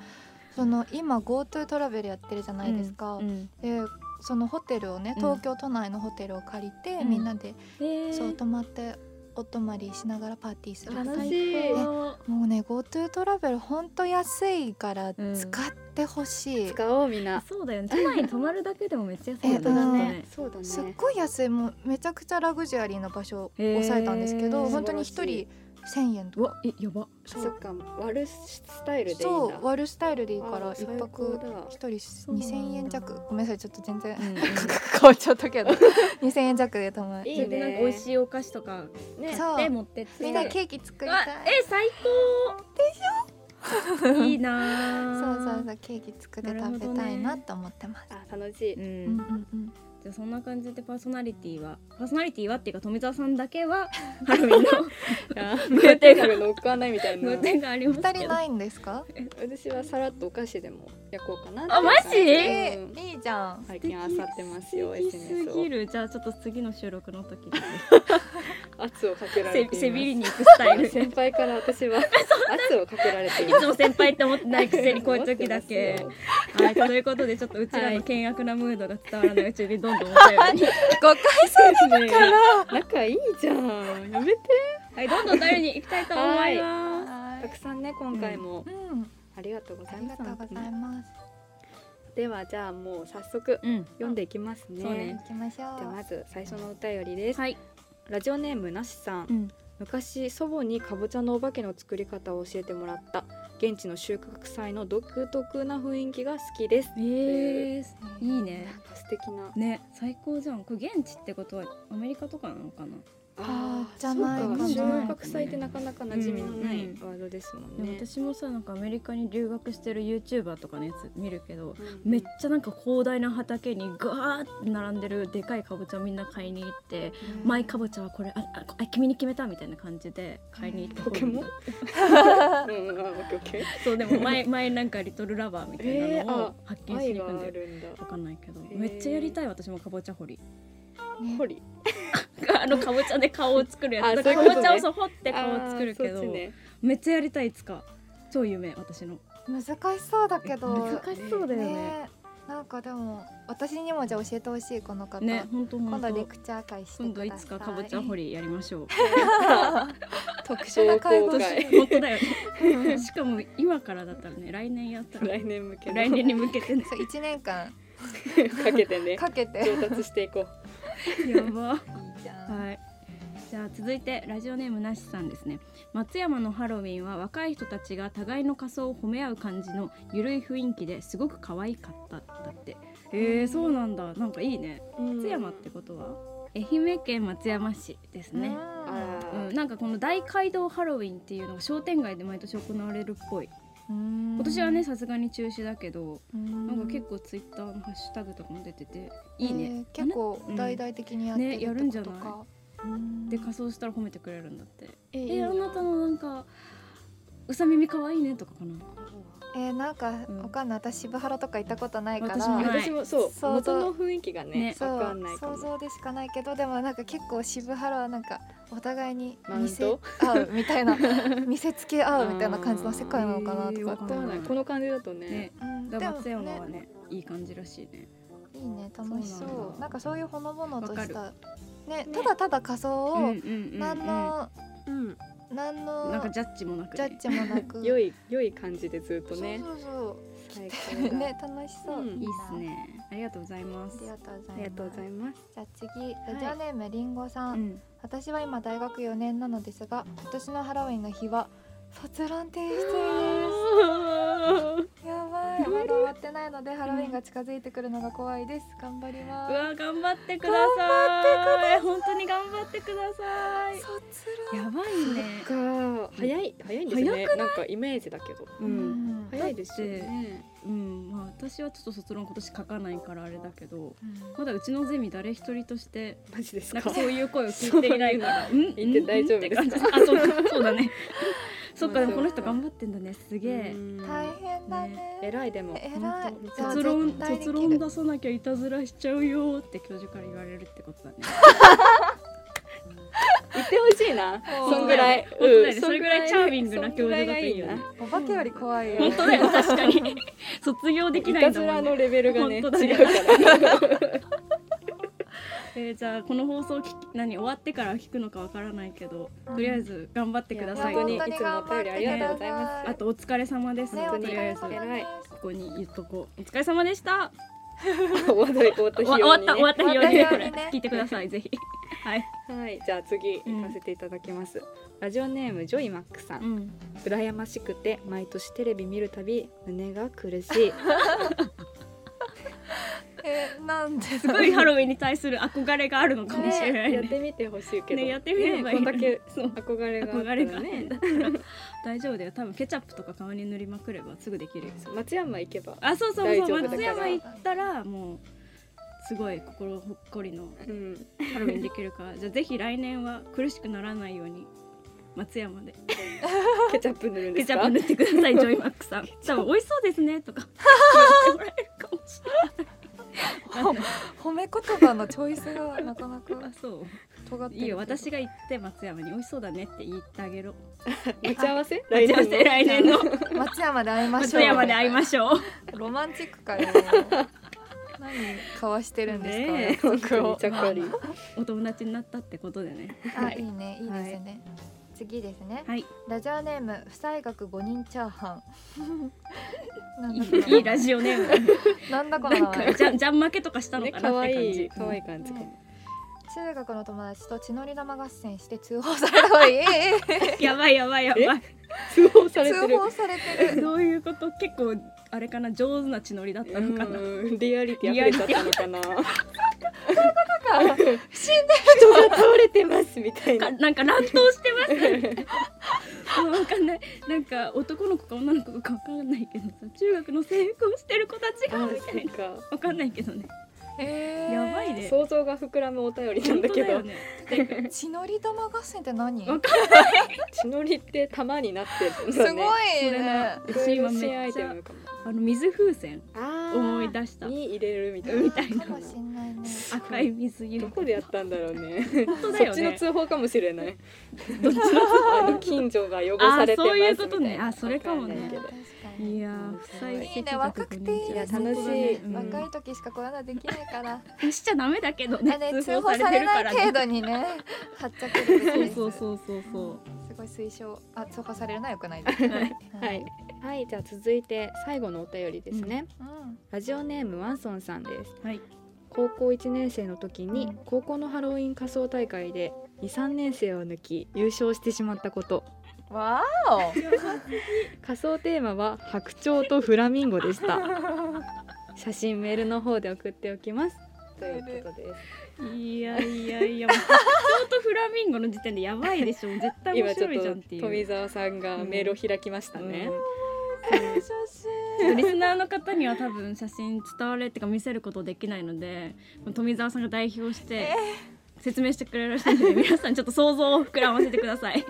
Speaker 1: その今 GoTo トラベルやってるじゃないですか、
Speaker 2: うん
Speaker 1: でそのホテルをね
Speaker 2: うん
Speaker 1: 東京都内のホテルを借りて、
Speaker 2: うん
Speaker 1: みんなで、
Speaker 2: えー
Speaker 1: そう泊まってお泊まりしながらパーティーする
Speaker 3: 楽しい
Speaker 2: 最高
Speaker 1: もうね GoTo トラベルほんと安いから
Speaker 2: うん
Speaker 1: 使ってほしい、
Speaker 3: 使おうみんな。
Speaker 2: そうだよね。都内に泊まるだけでもめっちゃ安いよね。
Speaker 1: えうん
Speaker 2: ね
Speaker 3: そうだね。
Speaker 1: すっごい安いもうめちゃくちゃラグジュアリーな場所を
Speaker 2: へー
Speaker 1: 抑えたんですけど、
Speaker 2: 素晴らしい
Speaker 1: 本当に一人1,000円
Speaker 2: う
Speaker 1: とか
Speaker 2: わ、え、やば。
Speaker 1: そ
Speaker 3: そっ
Speaker 1: う
Speaker 3: か割るスタイルでいいんだ。
Speaker 1: そう割るスタイルでいいか
Speaker 3: あ
Speaker 1: ら
Speaker 3: ー
Speaker 1: 一
Speaker 3: 最高
Speaker 1: 泊
Speaker 3: だ
Speaker 1: 一人
Speaker 2: うなんだ
Speaker 1: 2,000円弱ごめんなさいちょっと全然 (laughs)
Speaker 2: うんうん
Speaker 1: 変わっちゃったけど2,000円弱で泊まる
Speaker 3: い
Speaker 2: それでなんか美味しいお菓子とか
Speaker 3: ね
Speaker 1: そう
Speaker 2: で持ってって。
Speaker 1: みんなケーキ作り
Speaker 2: う
Speaker 1: た
Speaker 2: わ
Speaker 1: い
Speaker 2: え、最高。でしょ。いいな
Speaker 1: そう
Speaker 2: ー。
Speaker 1: そうそうケーキ作って食べたいなと思ってます、
Speaker 3: あ楽しい。
Speaker 2: うん
Speaker 1: うんうんうん
Speaker 2: じゃあそんな感じでパーソナリティはパーソナリティはっていうか富澤さんだ
Speaker 1: (laughs)
Speaker 2: けはハロウィン
Speaker 3: 予定が乗っかないみたい
Speaker 2: の
Speaker 3: な
Speaker 2: 予。定があります
Speaker 1: 二
Speaker 2: け
Speaker 1: 人
Speaker 2: ど。
Speaker 1: ないんですか
Speaker 3: 私はさらっとお菓子でも焼こうかなって
Speaker 2: あマジ
Speaker 3: い
Speaker 1: え
Speaker 3: う感じうん
Speaker 1: いいじゃん
Speaker 3: 最近あさってますよ
Speaker 2: 素敵す
Speaker 3: SNS を
Speaker 2: ぎるじゃあちょっと次の収録の
Speaker 1: (laughs)
Speaker 2: 時に
Speaker 3: 圧をかけられ
Speaker 2: せ
Speaker 3: てい
Speaker 2: 背びり
Speaker 3: ま
Speaker 2: に行くスタイ
Speaker 3: す
Speaker 2: ル
Speaker 3: 先輩から私は圧をかけられて
Speaker 2: い
Speaker 3: いま
Speaker 2: つ
Speaker 3: す
Speaker 2: も先輩って思ってないくせにこういう時だけ
Speaker 3: 思って。
Speaker 2: はい、ということでちょっとうちら
Speaker 3: はい
Speaker 2: の険悪なムードが伝わらないうちにど (laughs) んどんお便り
Speaker 1: 誤
Speaker 2: に
Speaker 1: 解され
Speaker 3: ますよ
Speaker 1: るから
Speaker 3: 仲いいじゃんやめて
Speaker 2: はい、どんどんお便りに行きたいと思います。
Speaker 3: たくさんね今回も
Speaker 1: うん
Speaker 3: ありがとうござ
Speaker 1: あ
Speaker 3: い
Speaker 1: りが
Speaker 3: ます
Speaker 1: とうございます
Speaker 3: ではじゃあもう早速
Speaker 2: うん、
Speaker 3: 読んでいきますね
Speaker 2: そう
Speaker 1: 行
Speaker 2: ね
Speaker 1: きましょ
Speaker 3: じゃあ
Speaker 1: う
Speaker 3: まず最初のお便りです、
Speaker 2: はい、
Speaker 3: ラジオネームなしさん
Speaker 2: うん、
Speaker 3: 昔祖母にかぼちゃのお化けの作り方を教えてもらった現地の収穫祭の独特な雰囲気が好きです
Speaker 2: えー、いいね
Speaker 3: なん。か素敵な
Speaker 2: ね、最高じゃん。これ現地ってことはアメリカとかなのかな。
Speaker 1: あー
Speaker 3: ー
Speaker 1: じゃない
Speaker 3: そう
Speaker 2: かな
Speaker 3: 収穫祭ってなかなか馴染みのない
Speaker 2: うん
Speaker 3: ワードですもん
Speaker 2: でも
Speaker 3: ね。
Speaker 2: 私もさ、なんかアメリカに留学してるユーチューバーとかのやつ見るけど。
Speaker 3: うん
Speaker 2: めっちゃなんか広大な畑にガーって並んでるでかいかぼちゃをみんな買いに行ってマイかぼちゃはこれあああ君に決めたみたいな感じで買いに行って
Speaker 3: ポケモン
Speaker 2: 本だ
Speaker 3: うんうんうんオッケーオッケ
Speaker 2: そうでも前 (laughs) 前なんかリトルラバーみたいなの
Speaker 3: えーあ
Speaker 2: を発
Speaker 3: ー
Speaker 2: 見し
Speaker 3: 愛
Speaker 2: に行
Speaker 3: が
Speaker 2: くんだ
Speaker 3: あ
Speaker 2: よ。
Speaker 3: るんだ。
Speaker 2: わかんないけど、
Speaker 3: へー
Speaker 2: めっちゃやりたい私もかぼちゃ掘り
Speaker 1: ね
Speaker 3: ホリ。
Speaker 2: あのかぼちゃで顔を作るや
Speaker 3: あ
Speaker 2: つだから
Speaker 3: そういう
Speaker 2: かぼ
Speaker 3: ことね
Speaker 2: ちゃをそう掘って顔を作るけ
Speaker 3: あー
Speaker 2: ど、
Speaker 3: そっちね
Speaker 2: めっちゃやりたいいつか超夢私の
Speaker 1: 難しそうだけど
Speaker 2: 難しそうだよねね
Speaker 1: ねなんかでも私にもじゃあ教えてほしいこの方
Speaker 2: 本当
Speaker 1: 今
Speaker 2: 本
Speaker 1: 度レ
Speaker 2: 当
Speaker 1: クチャー会して
Speaker 2: 今
Speaker 1: くだ
Speaker 2: 度
Speaker 1: さい
Speaker 2: いつかかぼちゃ掘りやりましょう
Speaker 1: (laughs) 特殊な会
Speaker 3: 同
Speaker 1: 合
Speaker 3: 好
Speaker 1: し
Speaker 3: 会
Speaker 2: 本当だよ (laughs) ねしかも今からだったらね来年やったら
Speaker 3: 来年向けの
Speaker 2: 来年に向けて
Speaker 1: (laughs)
Speaker 2: ね
Speaker 1: そう一年間
Speaker 3: かけてね (laughs)
Speaker 1: かけて
Speaker 3: 上達していこう。
Speaker 2: やば
Speaker 1: いいじゃん
Speaker 2: はい。じゃあ続いてラジオネームなしさんですね松山のハロウィンは若い人たちが互いの仮装を褒め合う感じのゆるい雰囲気ですごく可愛かっただってえー、そうなんだなんかいいね松山ってことは愛媛県松山市です
Speaker 1: うん
Speaker 2: ね、うん、なんかこの大街道ハロウィンっていうのが商店街で毎年行われるっぽい
Speaker 1: うん
Speaker 2: 今年はねさすがに中止だけど
Speaker 1: うん
Speaker 2: なんか結構ツイッターのハッシュタグとかも出てていいね、
Speaker 1: えー結構大々的にやってるってことか、うん
Speaker 2: で仮装したら褒めてくれるんだって
Speaker 3: え
Speaker 2: えあなたのなんかうさ耳可愛いねとかかな
Speaker 1: えーなんか
Speaker 2: うん
Speaker 1: わかんない私渋原とか行ったことないから
Speaker 2: 私もない
Speaker 3: 私もそう
Speaker 1: 想像
Speaker 3: 元の雰囲気がね
Speaker 2: ね
Speaker 1: そ
Speaker 3: わ
Speaker 1: う
Speaker 3: かんないか
Speaker 1: 想
Speaker 3: も。
Speaker 1: 像でしかないけどでもなんか結構渋原はなんかお互いに
Speaker 3: マウ
Speaker 1: 見
Speaker 3: ン
Speaker 1: せ
Speaker 3: ト
Speaker 1: 合うみたいな見せつけ合うみたいな感じの世界なのかな
Speaker 2: あーえー
Speaker 1: と
Speaker 2: わ
Speaker 1: か
Speaker 2: か
Speaker 1: っ
Speaker 2: ん
Speaker 1: て
Speaker 2: ない
Speaker 3: わかんないこの感じだとね
Speaker 2: ね
Speaker 1: うん
Speaker 2: だ
Speaker 1: で
Speaker 2: から
Speaker 1: も
Speaker 2: 松山は
Speaker 1: ね
Speaker 2: ねいい感じらしいね
Speaker 1: いいね楽しそう
Speaker 2: そ
Speaker 1: な
Speaker 2: うなんんだ
Speaker 1: かそういうほのぼのとし
Speaker 2: わ
Speaker 1: たね
Speaker 3: ね
Speaker 1: ただただ仮装
Speaker 2: うんうん
Speaker 1: を
Speaker 2: うんうん
Speaker 1: 何の
Speaker 3: うん
Speaker 1: 何の
Speaker 2: なんかジャッジもなく
Speaker 1: ジャ
Speaker 2: ね
Speaker 1: ッジもなく
Speaker 3: (laughs) 良い良い感じでずっとね
Speaker 1: そうそう
Speaker 3: 最
Speaker 1: そ
Speaker 3: 高
Speaker 1: う
Speaker 3: だ
Speaker 1: ね楽しそう、
Speaker 3: うん
Speaker 2: いいっすねありがとうございます
Speaker 1: ありがとうございます
Speaker 3: ありがとうございます
Speaker 1: (laughs) じゃあ次ラジオネームりんごさん、
Speaker 2: うん
Speaker 1: 私は今大学4年なのですが今年のハロウィンの日は卒論提出ですやばいまだ終わってないのでハロウィンが近づいてくるのが怖いです頑張り
Speaker 2: う
Speaker 1: ま
Speaker 2: わ頑張ってください本当に頑張ってくださ
Speaker 1: す
Speaker 2: い
Speaker 1: 卒
Speaker 2: やばいね
Speaker 3: か早い早いんですね
Speaker 2: 早
Speaker 3: なんかイメージだけど
Speaker 2: う
Speaker 1: 論、
Speaker 2: ん
Speaker 1: ん
Speaker 3: 早いですよね
Speaker 2: うんまあ私はちょっと卒論今年書かないからあれだけど
Speaker 1: うん
Speaker 2: まだうちのゼミ誰一人として
Speaker 3: マジです
Speaker 2: なん
Speaker 3: か
Speaker 2: かそういう声を聞いていないからうん
Speaker 3: 言って大丈夫ですか
Speaker 2: うんって感じあそうそうだ
Speaker 3: (laughs)
Speaker 2: ねそっか
Speaker 3: 面白い
Speaker 2: でもこの人頑張ってんだねすげえ
Speaker 3: うん
Speaker 1: 大変だね
Speaker 3: 偉いでも
Speaker 1: 偉い
Speaker 3: 本当
Speaker 1: じゃあ
Speaker 2: 卒論
Speaker 1: 絶対でき
Speaker 2: 卒
Speaker 1: る
Speaker 2: 論出さなきゃいたずらしちゃうよって教授から言われるってこと
Speaker 3: (laughs)
Speaker 2: だね
Speaker 3: 言ってほしいな
Speaker 1: そう
Speaker 3: そんぐらい
Speaker 2: 本当だよね
Speaker 3: うん
Speaker 2: それぐらいチャーミングな教
Speaker 3: そん
Speaker 2: 授だ
Speaker 3: ぐら
Speaker 2: と
Speaker 3: い
Speaker 2: い
Speaker 3: い
Speaker 2: い
Speaker 3: い
Speaker 2: よ
Speaker 3: よ
Speaker 2: ね
Speaker 3: ね
Speaker 1: お化けより怖いよ
Speaker 2: 本当だよ確かに (laughs) 卒業でき
Speaker 3: い
Speaker 2: ない
Speaker 3: た
Speaker 2: んだ
Speaker 3: ず
Speaker 2: も
Speaker 3: ら
Speaker 2: んね
Speaker 3: のレベルがね違
Speaker 2: 本当
Speaker 3: う
Speaker 2: だね
Speaker 3: から
Speaker 2: (laughs) えー、じゃあこの放送聞き何終わってから聞くのかわからないけど、とりあえず頑張ってください
Speaker 3: いや本当に
Speaker 2: ね
Speaker 3: いつもお便りありがとうございます
Speaker 2: あとお疲れ様です、
Speaker 1: ねお
Speaker 2: と
Speaker 1: 疲
Speaker 2: りあえ
Speaker 1: れ
Speaker 2: ず
Speaker 1: 様
Speaker 2: こ
Speaker 1: で
Speaker 3: 偉い
Speaker 1: す
Speaker 2: こに言っとこうお疲れ様でした、
Speaker 3: 終わった終わった
Speaker 2: 終
Speaker 3: 日
Speaker 2: わ終わった終わった日より
Speaker 1: 終わった日
Speaker 2: ねこ
Speaker 1: より
Speaker 2: れ
Speaker 1: ね
Speaker 2: 聞いてくださいぜひはい、
Speaker 3: はい、じゃあ次行かせていただきます、ラジオネームジョイマックさん、
Speaker 2: ん、
Speaker 3: 羨ましくて毎年テレビ見るたび胸が苦
Speaker 2: (laughs)
Speaker 3: しい
Speaker 1: えなんです
Speaker 2: すごいハロウィンに対する憧れがあるのかもしれない
Speaker 3: や
Speaker 2: ね
Speaker 3: ってみてほしいけど、
Speaker 2: ねやってみればいい
Speaker 3: ねこんだけ
Speaker 2: そう
Speaker 3: 憧れがあっ
Speaker 2: 憧れ
Speaker 3: た
Speaker 2: が
Speaker 3: らね
Speaker 2: だから大丈夫だよ多分ケチャップとか顔に塗りまくればすぐできるよ
Speaker 3: 松山行けば
Speaker 2: あそうそう
Speaker 3: 大
Speaker 2: そ
Speaker 3: 丈夫
Speaker 2: う
Speaker 3: だか
Speaker 2: 松
Speaker 3: ら
Speaker 2: 山行ったらもうすごい心ほっこりの
Speaker 3: うん
Speaker 2: ハロウィンできるから (laughs) じゃあぜひ来年は苦しくならないように松山で
Speaker 3: ケチャップ塗るんで
Speaker 2: ケ
Speaker 3: す
Speaker 2: チャ
Speaker 3: か
Speaker 2: ップ塗ってくださいジョイマックさん多分美味 (laughs) しそうですねと (laughs) か言ってもらえるかもし
Speaker 1: 褒め言葉のチョイスがなかな
Speaker 2: れない
Speaker 1: か
Speaker 2: あ (laughs) そう
Speaker 1: 尖ってる
Speaker 2: いいよ私が行って松山に美味しそうだねって言ってあげろ
Speaker 3: 待ち合わせ
Speaker 2: 待ち合わせ来年の
Speaker 1: 松山で会いましょう
Speaker 2: (laughs) 松山で会いましょう
Speaker 1: ロマンチックかよ何交わしてるん
Speaker 2: ねえ
Speaker 1: ですか、
Speaker 3: 本当にちゃっかり
Speaker 2: お友達になったってことでね
Speaker 1: あいいねいいですね、次ですね、
Speaker 2: (laughs) はい
Speaker 1: ラジオネーム不採学五人チャーハンなん
Speaker 2: い
Speaker 1: だこ
Speaker 2: いいいラジオネームだね
Speaker 1: オなんだこ
Speaker 2: なん
Speaker 1: の
Speaker 2: かじゃんじゃん負けとかしたの
Speaker 3: ね
Speaker 2: かな
Speaker 3: 可
Speaker 2: って感
Speaker 3: 愛
Speaker 2: じ
Speaker 3: い可愛い感じか
Speaker 1: ね中学の友達と血のり玉合戦して通報された方がいい
Speaker 2: やばいやばいやばい
Speaker 3: 通報されて
Speaker 1: 通
Speaker 3: る
Speaker 1: 報されてる
Speaker 2: どういうこと結構あれかな上手な血のりだったのかな
Speaker 3: うんリアリティ溢れちゃったのかな
Speaker 1: なんか死んで
Speaker 3: 人が倒れてますみたい
Speaker 2: か
Speaker 3: な
Speaker 2: なんか乱闘して (laughs) ます。もうわかんない。なんか男の子か女の子かわかんないけどさ、中学の制服をしてる子たちが
Speaker 3: あなん
Speaker 2: みたいな。
Speaker 3: か
Speaker 2: わかんないけどね。
Speaker 1: え
Speaker 2: やばいね。
Speaker 3: 想像が膨らむお便りなん
Speaker 2: 本
Speaker 3: だ
Speaker 2: 当だ
Speaker 3: けど
Speaker 2: よね。
Speaker 1: 血のり玉合戦って何
Speaker 2: わか
Speaker 3: 血のりって玉になってるん
Speaker 1: すご
Speaker 3: だ
Speaker 1: い
Speaker 3: ね
Speaker 2: それ
Speaker 1: ね
Speaker 2: が
Speaker 3: い
Speaker 2: 私
Speaker 3: ろ
Speaker 2: 今
Speaker 3: い
Speaker 2: めっ
Speaker 3: ろ新アイ
Speaker 2: ち
Speaker 3: テ
Speaker 2: ゃ
Speaker 3: ムかも
Speaker 2: あの水風船
Speaker 3: あー
Speaker 2: 思い出した。
Speaker 3: に入れるみたいな
Speaker 2: みたいな
Speaker 1: かもしんないね
Speaker 2: 赤い水色。
Speaker 3: どこでやったんだろうね
Speaker 2: 本当だ
Speaker 3: そ
Speaker 2: よ
Speaker 3: っちの
Speaker 2: ね。
Speaker 3: 通報かもしれない
Speaker 2: どっちの
Speaker 3: あの近所が汚されてますみたいな
Speaker 2: あーそういうことねあそれかもね
Speaker 3: わんないけど
Speaker 1: 確かに
Speaker 2: いやー、不採
Speaker 1: いいね若くていいで
Speaker 3: や
Speaker 1: す
Speaker 3: 楽しい
Speaker 2: うん
Speaker 1: 若い時しかこういうのできないから、
Speaker 2: しちゃダメだけど
Speaker 1: ね
Speaker 2: ね。
Speaker 1: 通報されない程度にね発着できる
Speaker 2: そうそうそうそう
Speaker 1: すごい推奨あ通報されるのはよくないです
Speaker 2: そう。はい。
Speaker 3: はい、はい、じゃあ続いて最後のお便りですね、
Speaker 1: うん
Speaker 3: ラジオネームワンソンさんです
Speaker 2: はい。
Speaker 3: 高校1年生の時に高校のハロウィン仮装大会で23年生を抜き優勝してしまったこと
Speaker 1: わーお
Speaker 3: 仮装テーマは白鳥とフラミンゴでした (laughs) 写真メールの方で送っておきますということです
Speaker 2: いやいやいや、もう白鳥とフラミンゴの時点でやばいでしょ。絶対面
Speaker 3: 今ち
Speaker 2: 白
Speaker 3: ょっ
Speaker 2: いじゃんって
Speaker 3: と
Speaker 2: いう。
Speaker 3: 富澤さんがメールを開きましたね、
Speaker 1: 優勝し
Speaker 2: うんリスナーの方には多分写真伝われってか見せることできないので、富澤さんが代表して説明してくれるらしい
Speaker 1: (laughs)
Speaker 2: ので、皆さんちょっと想像を膨らませてください。
Speaker 1: いで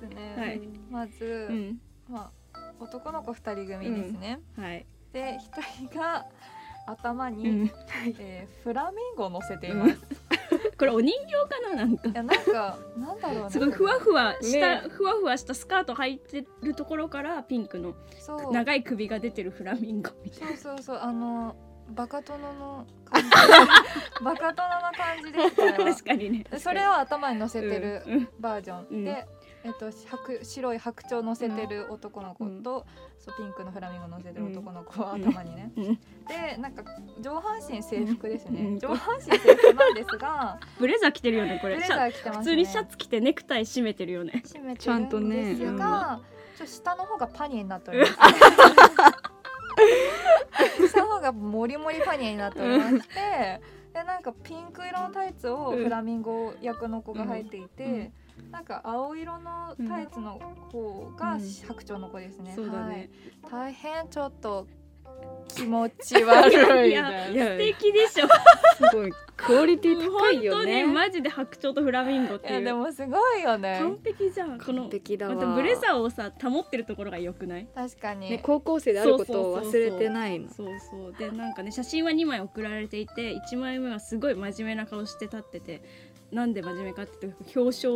Speaker 1: すね、
Speaker 2: はい
Speaker 1: まず、
Speaker 2: うん、
Speaker 1: まあ男の子二人組ですね、
Speaker 2: はい。
Speaker 1: で一人が頭に、
Speaker 2: うん、
Speaker 1: えーフラミンゴを乗せています、
Speaker 2: これお人形かななんか
Speaker 1: いやなんかなんだろうね
Speaker 2: (laughs) すごいふわふわした、
Speaker 3: ね
Speaker 2: ふわふわしたスカート履いてるところからピンクの
Speaker 1: そう
Speaker 2: 長い首が出てるフラミンゴみたい
Speaker 1: そうそうそうあのバカ殿の感
Speaker 2: (laughs)
Speaker 1: じバカ殿の感じです
Speaker 2: な
Speaker 1: から
Speaker 2: 確かにね
Speaker 1: それを頭に乗せてる
Speaker 2: うんうん
Speaker 1: バージョン、
Speaker 2: うん
Speaker 1: で、えっと、白白い白鳥乗せてる男の子と、そうピンクのフラミンゴ乗せてる男の子は
Speaker 2: うん
Speaker 1: 頭にね、
Speaker 2: うん
Speaker 1: でなんか上半身制服ですね、
Speaker 2: うん
Speaker 1: 上半身制服なんですが
Speaker 2: ブレザー着てるよねこ
Speaker 1: ブ
Speaker 2: れ
Speaker 1: レザー着て
Speaker 2: シャ
Speaker 1: ま
Speaker 2: 普
Speaker 1: す
Speaker 2: 通
Speaker 1: ね
Speaker 2: にシャツ着てネクタイ締めてるよね
Speaker 1: 締めて
Speaker 3: ちゃんと
Speaker 1: るん
Speaker 3: ね
Speaker 1: です
Speaker 2: うん
Speaker 1: が、ちょっと下の方がパニエになってお
Speaker 2: (laughs)
Speaker 1: ります、下の方がモリモリパニエになっておりましてでなんかピンク色のタイツをフラミンゴ役の子が履いていて、なんか青色のタイツの方が白鳥の子ですね、
Speaker 2: そうだ
Speaker 1: は
Speaker 2: ね
Speaker 1: い、大変ちょっと気持ち
Speaker 2: (laughs)
Speaker 1: 悪い
Speaker 2: いや素敵でしょ
Speaker 3: すごいクオリティ高いよ
Speaker 2: 本当
Speaker 3: ね
Speaker 2: にマジで白鳥とフラミンゴって
Speaker 1: い
Speaker 2: い
Speaker 1: や
Speaker 2: う
Speaker 1: でもすごいよね
Speaker 2: 完璧じゃんこの
Speaker 3: 完璧だわ
Speaker 2: またブレザーをさ保ってるところが良くない
Speaker 1: 確かに、
Speaker 3: ね、高校生であることを忘れてないの
Speaker 2: そうそうでなんかね写真は2枚送られていて1枚目はすごい真面目な顔して立っててなんで真面目かっていうと表彰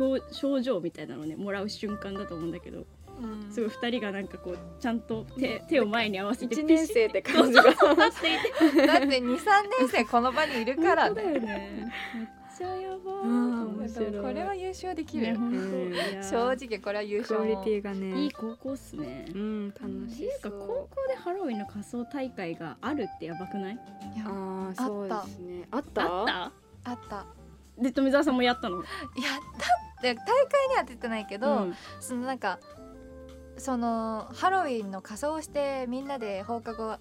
Speaker 2: 表表情みたいなのをねもらう瞬間だと思うんだけど
Speaker 1: うん
Speaker 2: すごい2人がなんかこうちゃんと手手を前に合わせて
Speaker 3: 一年生って
Speaker 2: ピシッ
Speaker 3: 感じが
Speaker 2: そうそう立っていて
Speaker 1: だって23年生この場にいるから
Speaker 2: 本当
Speaker 1: ね
Speaker 2: だよねめっちゃやばい
Speaker 3: うん
Speaker 1: で
Speaker 3: 面
Speaker 1: も
Speaker 3: 白い
Speaker 1: これは優勝でき
Speaker 2: ね
Speaker 1: る、
Speaker 2: 本当
Speaker 3: うん
Speaker 2: いや
Speaker 1: 正直これは優
Speaker 3: ク
Speaker 1: 勝
Speaker 3: オリテ
Speaker 1: も
Speaker 3: ィが
Speaker 2: い
Speaker 3: ね
Speaker 2: い高校っすね
Speaker 3: うん楽
Speaker 2: っ
Speaker 3: してい
Speaker 2: いうか
Speaker 1: そう
Speaker 2: 高校でハロウィンの仮装大会があるってやばくない
Speaker 1: いや
Speaker 3: ああ
Speaker 1: あ
Speaker 3: そう
Speaker 1: っ
Speaker 3: で
Speaker 1: た
Speaker 3: すねあった
Speaker 2: あった
Speaker 1: あった
Speaker 2: で富澤さんもやったの
Speaker 1: やったって大会には出てないけど、
Speaker 2: うん
Speaker 1: そのなんかそのハロウィンの仮装をしてみんなで放課後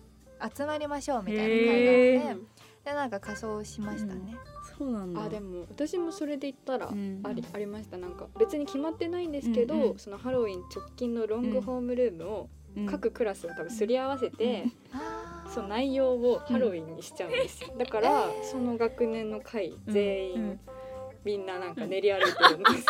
Speaker 1: 集まりましょうみたいな会があ
Speaker 2: へ
Speaker 1: ってでなんか仮装をしましたね、
Speaker 2: そうなんだ
Speaker 3: あで
Speaker 2: も
Speaker 3: も私もそれで言ったら、
Speaker 2: うん
Speaker 3: ありありましたなんか別に決まってないんですけど、
Speaker 2: うんうん
Speaker 3: そのハロウィン直近のロングホームルームを各クラスが多分すり合わせて、
Speaker 1: あー
Speaker 3: その内容をハロウィンにしちゃうんですよ、だからその学年の会全員、
Speaker 2: うん
Speaker 3: みんななんか練り歩いてるんです、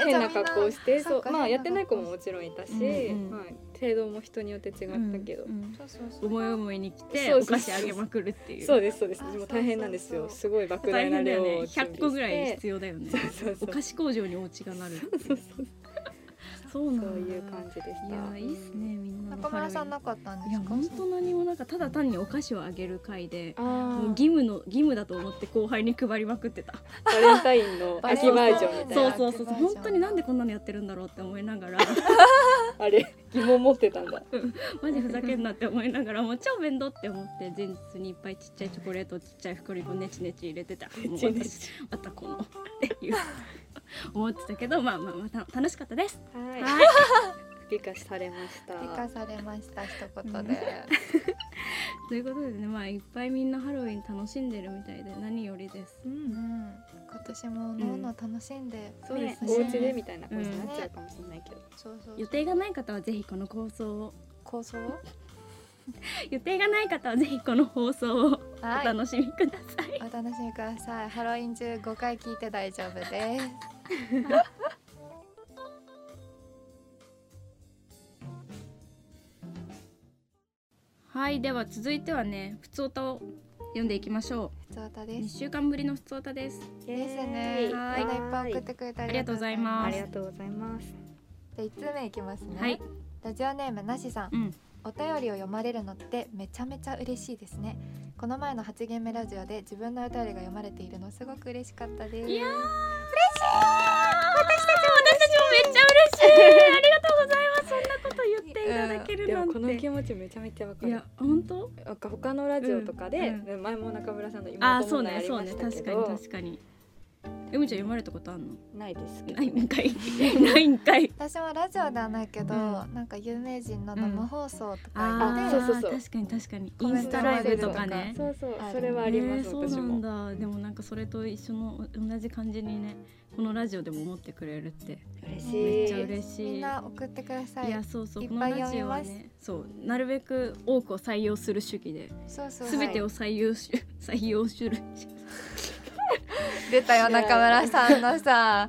Speaker 1: え
Speaker 3: 変な格好をして
Speaker 1: そ
Speaker 3: そうう
Speaker 1: か
Speaker 3: まあ
Speaker 1: 変な
Speaker 3: やってない子ももちろんいたし、
Speaker 2: うんうん
Speaker 3: まあ、程度も人によって違ったけど、
Speaker 2: うん
Speaker 1: そうそうそう
Speaker 2: 思い思いに来て
Speaker 3: そう
Speaker 2: お
Speaker 3: そ
Speaker 2: 菓
Speaker 3: うそう
Speaker 2: 子あげまくるっていう
Speaker 3: そううですそうです
Speaker 1: あ
Speaker 3: も
Speaker 1: そう
Speaker 3: う大変なんですよ
Speaker 1: そう
Speaker 3: すごい莫
Speaker 2: 大
Speaker 3: 大な
Speaker 2: 変だ
Speaker 3: 量
Speaker 2: よ
Speaker 3: を
Speaker 2: ね
Speaker 3: 準備して
Speaker 2: 100個ぐらい必要だよね
Speaker 3: そうそ
Speaker 2: お
Speaker 3: うそう
Speaker 2: 菓子工場にお家がなる
Speaker 3: そうそう
Speaker 2: そう
Speaker 3: そう
Speaker 2: な
Speaker 3: そうん
Speaker 2: だ
Speaker 3: いう感じでし
Speaker 2: い
Speaker 3: た
Speaker 2: やーいいっすねみんなの
Speaker 1: 中
Speaker 2: ハロ
Speaker 1: 村
Speaker 2: ウィン
Speaker 1: さんなかったんで
Speaker 2: いや
Speaker 1: すか
Speaker 2: 本当何もなんかただ単にお菓子をあげる会で
Speaker 3: あ
Speaker 2: もう
Speaker 3: ー
Speaker 2: 義務の義務だと思って後輩に配りまくってた
Speaker 3: バレンタインの
Speaker 1: バレンタイ
Speaker 3: 秋
Speaker 1: ン
Speaker 3: バージョンみたい
Speaker 2: そう
Speaker 3: な
Speaker 2: そうそうそ
Speaker 1: 秋バ
Speaker 2: う
Speaker 1: ージョン
Speaker 2: 本当になんでこんなのやってるんだろうって思いながら (laughs)
Speaker 3: あれ疑問持ってたんだ
Speaker 2: マジふざけんなって思いながらもう超面倒って思って前日にいっぱいちっちゃいチョコレートをちっちゃい袋にこうネチネチ入れてたもう
Speaker 3: ちね
Speaker 2: 私またこのっていう思ってたけどまあまあまあた楽しかったです
Speaker 3: は
Speaker 2: はい
Speaker 3: い美化されました
Speaker 1: 美化されました一言で、
Speaker 2: ということで (laughs) ねまあいっぱいみんなハロウィン楽しんでるみたいで何よりです
Speaker 1: うん今年ものの楽しんで、
Speaker 2: そうです
Speaker 3: お
Speaker 2: ね
Speaker 3: 家でみたいな感じになっちゃうかもしれないけど、
Speaker 1: そうそう
Speaker 2: 予定がない方はぜひこの放送を
Speaker 1: 構想を
Speaker 2: 予定がない方はぜひこの放送をお
Speaker 1: はい
Speaker 2: 楽しみください、
Speaker 1: お楽しみください。ハロウィン中5回聞いて大丈夫です。
Speaker 2: はいでは続いてはねふつおたを読んでいきましょ
Speaker 1: ふつおた
Speaker 2: う
Speaker 1: で
Speaker 2: 2
Speaker 1: す。
Speaker 2: 週間ぶりのふつおたです
Speaker 1: ですね。
Speaker 2: は
Speaker 1: ま
Speaker 2: い
Speaker 1: だいっぱい送ってくれてあ
Speaker 2: ありがとうございま
Speaker 3: あ
Speaker 2: す
Speaker 3: りがとうございます
Speaker 1: じゃあ1通目いきますね。
Speaker 2: はい
Speaker 1: ラジオネームなしさん、
Speaker 2: うん
Speaker 1: お便りを読まれるのってめちゃめちゃ嬉しいですね。この前の8限目ラジオで自分のお便りが読まれているのすごく嬉しかったです。
Speaker 2: いやー嬉しい私たちも私たちもめっちゃ嬉しいありがとうございますそんなこと言っていただける
Speaker 3: で
Speaker 2: な
Speaker 3: も
Speaker 2: ん
Speaker 3: この
Speaker 2: て
Speaker 3: 気持ちめちゃめちゃわか
Speaker 2: い
Speaker 3: る
Speaker 2: や本当
Speaker 3: なんか他のラジオとかで、
Speaker 2: うん
Speaker 3: 前も中村さんの
Speaker 2: あー
Speaker 3: 妹
Speaker 2: そ
Speaker 3: も
Speaker 2: う
Speaker 3: ねあ
Speaker 2: ね
Speaker 3: り
Speaker 2: そう
Speaker 3: ま
Speaker 2: ね
Speaker 3: したけ
Speaker 2: 確か
Speaker 3: ど
Speaker 2: に確かにうみちゃん読まれたことあんの
Speaker 3: ないですけど
Speaker 2: ないんかいないんかい
Speaker 1: 私もラジオではないけど、
Speaker 2: う
Speaker 1: なんか有名人の生放送とか
Speaker 2: あ
Speaker 1: で、
Speaker 2: あ
Speaker 3: そうそうそう
Speaker 2: 確かに確かにイ
Speaker 1: コ
Speaker 2: ン
Speaker 1: メ
Speaker 2: ス
Speaker 1: ン
Speaker 2: タ
Speaker 1: ト
Speaker 2: ラ
Speaker 1: ラ
Speaker 2: イ
Speaker 1: イ
Speaker 2: ブ
Speaker 1: ブ
Speaker 2: と
Speaker 1: と
Speaker 2: か
Speaker 1: か
Speaker 2: ね
Speaker 1: ね
Speaker 3: そうそうそれはあります、
Speaker 2: えーそう
Speaker 3: 私
Speaker 2: なん
Speaker 3: も
Speaker 2: だでもなんかそれと一緒の同じ感じにねこのラジオでも思ってくれるって
Speaker 3: 嬉
Speaker 1: えー
Speaker 2: めっ
Speaker 3: し
Speaker 2: ちゃ
Speaker 3: い
Speaker 2: 嬉しい
Speaker 1: みんな送ってください。
Speaker 2: いやそうそう
Speaker 1: いっ
Speaker 2: この
Speaker 1: ぱい
Speaker 2: ラジオは
Speaker 1: 読み
Speaker 2: ねそうなるべく多くを採用する主義で
Speaker 1: そうそうそう
Speaker 2: すべてを採用し (laughs) 採用する
Speaker 1: 出たよ
Speaker 3: いやー
Speaker 1: 中村さんのさ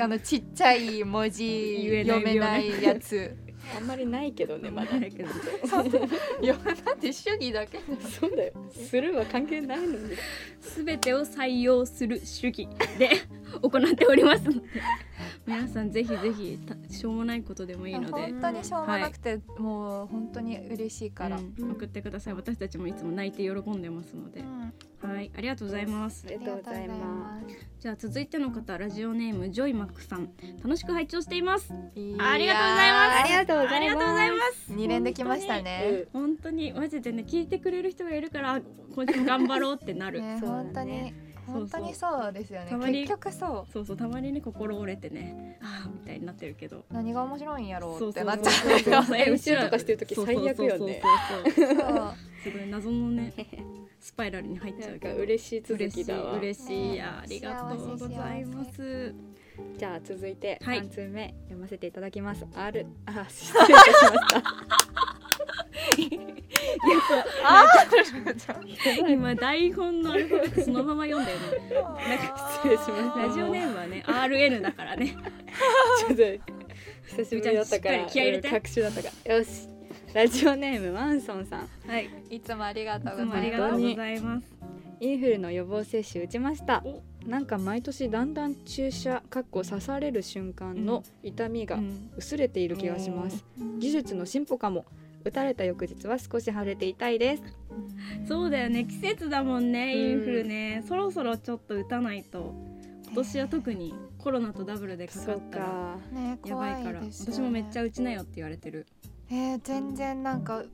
Speaker 1: あのちっちゃい文字
Speaker 2: 言えない
Speaker 1: 読めないやつ
Speaker 3: あんまりないけどね
Speaker 2: (laughs)
Speaker 3: まだ
Speaker 2: ないけど
Speaker 1: いやなんで主義だけ
Speaker 3: そうだよするは関係ないのに
Speaker 2: 全てを採用する主義で (laughs) 行っておりますので (laughs) 皆さんぜひぜひたしょうもないことでもいいので
Speaker 1: 本当にしょうもなくて、もう本当に嬉しいから、
Speaker 2: うん
Speaker 3: うん
Speaker 2: 送ってください私たちもいつも泣いて喜んでますので
Speaker 1: う、ん
Speaker 2: はいありがとうございます
Speaker 3: ありがとうございます
Speaker 2: じゃあ続いての方ラジオネームジョイマックさん楽しく拝聴しています
Speaker 1: あ
Speaker 2: ありがとうございます
Speaker 3: ありがとうございます
Speaker 2: ありがとうございます
Speaker 1: す二連できました
Speaker 3: す、
Speaker 1: ね
Speaker 2: 本当にマジでね聞いてくれる人がいるから今週も頑張ろうってなる、
Speaker 1: ね
Speaker 3: そうだね
Speaker 1: 本当に
Speaker 2: そうそう
Speaker 1: 本当にそうですよね
Speaker 2: たまに
Speaker 1: 結局そ
Speaker 2: そうそうたまにね心折れてねああみたいになってるけど
Speaker 1: う何が面白いんやろ
Speaker 2: そうう
Speaker 1: っ
Speaker 2: そ
Speaker 1: て
Speaker 2: う
Speaker 1: なっちゃ
Speaker 2: そうそうそう
Speaker 3: え
Speaker 2: え
Speaker 3: 後ろとかしてる時
Speaker 2: そうそうそう
Speaker 3: 最悪よね
Speaker 2: そうそうそう
Speaker 1: う (laughs) そう
Speaker 2: すごい謎の
Speaker 3: (laughs)
Speaker 2: ねスパイラルに入っち
Speaker 3: な
Speaker 2: ゃうんけ
Speaker 3: か
Speaker 2: ど
Speaker 3: 嬉しい続きだわ
Speaker 2: 嬉しい嬉しい
Speaker 1: ね
Speaker 2: ありがとうございます
Speaker 3: じゃあ続いて
Speaker 2: はい
Speaker 3: 三通目、読ませていただきます。あるあ失礼いたし
Speaker 1: あーちょっと
Speaker 2: 今台本のアルファベットそのまま読んだよね
Speaker 3: 失礼しました
Speaker 2: ラジオネームはね RN だからね
Speaker 3: ました。ちょっと久しぶりだったから、
Speaker 2: みーちゃんしっかり気合い入れて
Speaker 3: 隔週だったから。よし。ラジオネームワンソンさん。
Speaker 2: はいい
Speaker 1: いつもありがとうござい
Speaker 2: つも
Speaker 1: ます
Speaker 2: ありがとうございます
Speaker 3: インフルの予防接種打ちました
Speaker 2: お。
Speaker 3: なんか毎年だんだん注射かっこ刺される瞬間の痛みが
Speaker 2: うん
Speaker 3: 薄れている気がします。
Speaker 1: うん
Speaker 3: 技術の進歩かも。打たれた翌日は少し腫れて痛いです。
Speaker 2: そうだよね季節だもんね
Speaker 3: うん
Speaker 2: インフルねそろそろちょっと打たないと今年は特にコロナとダブルでかか
Speaker 3: そう
Speaker 2: ったら
Speaker 3: か。
Speaker 1: ね
Speaker 2: や
Speaker 1: 怖
Speaker 2: ばい
Speaker 1: い
Speaker 2: から
Speaker 1: ですよね
Speaker 2: 私もめっちゃ打ちなよって言われてる
Speaker 1: えー全然なんか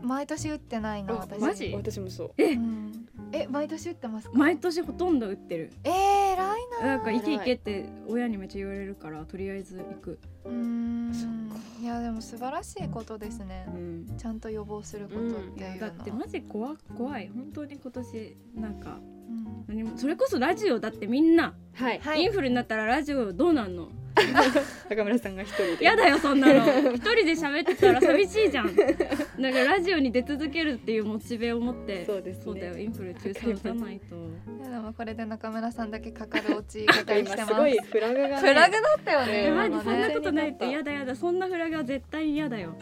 Speaker 1: 毎年打ってないな
Speaker 3: あ
Speaker 1: 私
Speaker 2: マジ
Speaker 3: 私もそう。
Speaker 1: うんえ毎年打ってますか
Speaker 2: 毎年ほとんど打ってる
Speaker 1: えー偉いな
Speaker 2: なんか行け行けって親にめっちゃ言われるからとりあえず行く、
Speaker 1: うーん
Speaker 3: そっ
Speaker 1: いやでも素晴らしいことですね
Speaker 2: うん、
Speaker 1: ちゃんと予防することって
Speaker 2: いや
Speaker 1: いうの
Speaker 2: だ
Speaker 1: は
Speaker 2: ってマジ怖怖い本当に今年なんか
Speaker 1: うん
Speaker 2: 何もそれこそラジオだってみんな、
Speaker 3: はい。
Speaker 1: は
Speaker 2: イ
Speaker 1: い
Speaker 2: ンフルになったらラジオどうなんの
Speaker 3: 中村さんが一人で。
Speaker 2: やだよそん
Speaker 1: (laughs)
Speaker 2: なの一人で喋ってたら寂しいじゃんなんかラジオに出続けるっていうモチベを持って
Speaker 3: そうですね
Speaker 2: だよインフル中止打たな
Speaker 1: (laughs)
Speaker 2: いと
Speaker 1: いやでもこれで中村さんだけかかる落ち方にし
Speaker 3: 今
Speaker 1: てます
Speaker 3: すごいフラグが、ね。
Speaker 1: フラグだったよね
Speaker 2: え
Speaker 1: 今
Speaker 2: マジ
Speaker 1: の
Speaker 2: そんな
Speaker 1: ね
Speaker 2: ことないってやだやだそんなフラグは絶対
Speaker 1: (laughs)
Speaker 2: 嫌だよ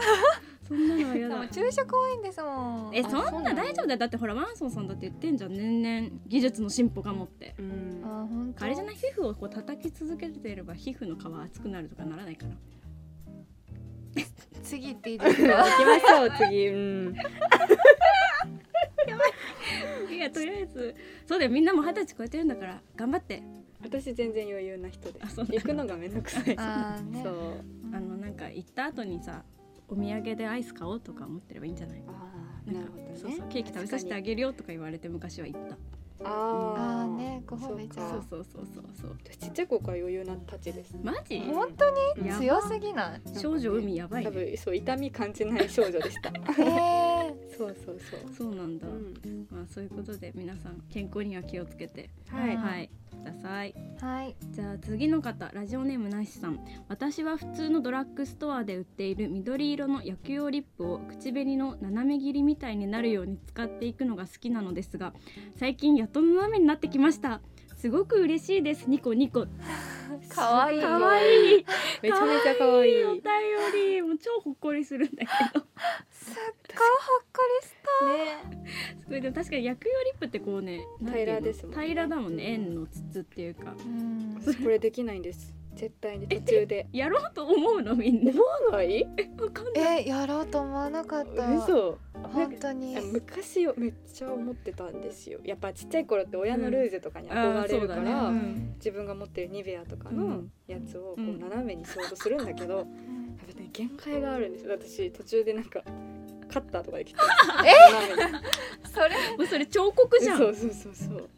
Speaker 2: そんなのは嫌
Speaker 1: でも
Speaker 2: だ
Speaker 1: 注射怖いんですもん
Speaker 2: え
Speaker 1: あ
Speaker 3: そう
Speaker 2: そんな
Speaker 3: なの
Speaker 2: 大丈夫だよだってほらワンソンさんだって言ってんじゃん年々技術の進歩かもって
Speaker 3: うん。
Speaker 1: 本当
Speaker 2: あれじゃない皮膚をこう叩き続けていれば皮膚の皮厚くなるとかならないから
Speaker 3: (laughs)
Speaker 1: 次行っていいです
Speaker 2: (laughs)
Speaker 3: じゃあ
Speaker 1: か
Speaker 3: 行きましょう次。うん。
Speaker 2: いやとりあえずそうだよみんなも二十歳超えてるんだから頑張って
Speaker 3: (laughs) 私全然余裕な人で
Speaker 2: あそうなの
Speaker 3: 行くのがめんどくさい。
Speaker 1: あーね
Speaker 3: そう。
Speaker 2: あのなんか行った後にさお土産でアイス買おうとか思ってればいいんじゃない
Speaker 3: ああ
Speaker 2: な
Speaker 3: なんる
Speaker 2: か
Speaker 3: ほどね。
Speaker 2: そうそうケーキ食べさせてあげるよとか言われて昔は行った
Speaker 3: 確かにあ
Speaker 1: あ
Speaker 3: あ
Speaker 1: ーねご褒美じゃ
Speaker 3: あ
Speaker 1: あ
Speaker 2: そうそうそうそうそう
Speaker 3: 私ちっちゃい頃から余裕なたちです。
Speaker 2: マジ
Speaker 1: 本当に
Speaker 3: うん
Speaker 2: やば
Speaker 1: 強すぎない
Speaker 2: 少女海やばい
Speaker 3: 多
Speaker 2: ね
Speaker 3: 分そう痛み感じない少女でした。
Speaker 1: えー
Speaker 3: (laughs) そうそうそう。
Speaker 2: そうなんだ、
Speaker 3: うん、
Speaker 2: まあそういうことで皆さん健康には気をつけて
Speaker 3: はい、
Speaker 1: うん
Speaker 2: はいください
Speaker 1: はい
Speaker 2: じゃあ次の方ラジオネームなしさん私は普通のドラッグストアで売っている緑色の薬用リップを口紅の斜め切りみたいになるように使っていくのが好きなのですが最近やっと斜めになってきましたすごく嬉しいですニコニコ
Speaker 1: 可愛い
Speaker 2: かわいい
Speaker 3: めちゃめちゃ可愛い
Speaker 2: お便りもう超ほっこりするんだけど
Speaker 1: すっごいほっこりしたね
Speaker 2: それでも確かに薬用リップってこうねなんていうの
Speaker 3: 平らですもんね
Speaker 2: 平らだもんね円の筒っていうか
Speaker 1: うん
Speaker 3: 私これできないんです。絶対に途中で。
Speaker 2: やろうと思うのみんな
Speaker 3: 思わない？
Speaker 2: わかんない
Speaker 1: えやろうと思わなかった
Speaker 3: 嘘。なん
Speaker 1: 本
Speaker 3: か
Speaker 1: 当に
Speaker 3: あ昔よめっちゃ思ってたんですよやっぱちっちゃい頃って親のルーゼとかに憧れるから、
Speaker 2: うんあーそうだね
Speaker 1: うん
Speaker 3: 自分が持ってるニベアとか
Speaker 2: う
Speaker 3: の
Speaker 2: ん
Speaker 3: やつをこ
Speaker 2: うん
Speaker 3: う斜めにしようとするんだけど、やっぱね限界があるんですよ私途中でなんかカッターとか
Speaker 2: (laughs)
Speaker 3: で切ってえ
Speaker 1: それ
Speaker 2: もうそれ彫刻じゃ
Speaker 3: そ
Speaker 2: ん
Speaker 3: うそうそうそう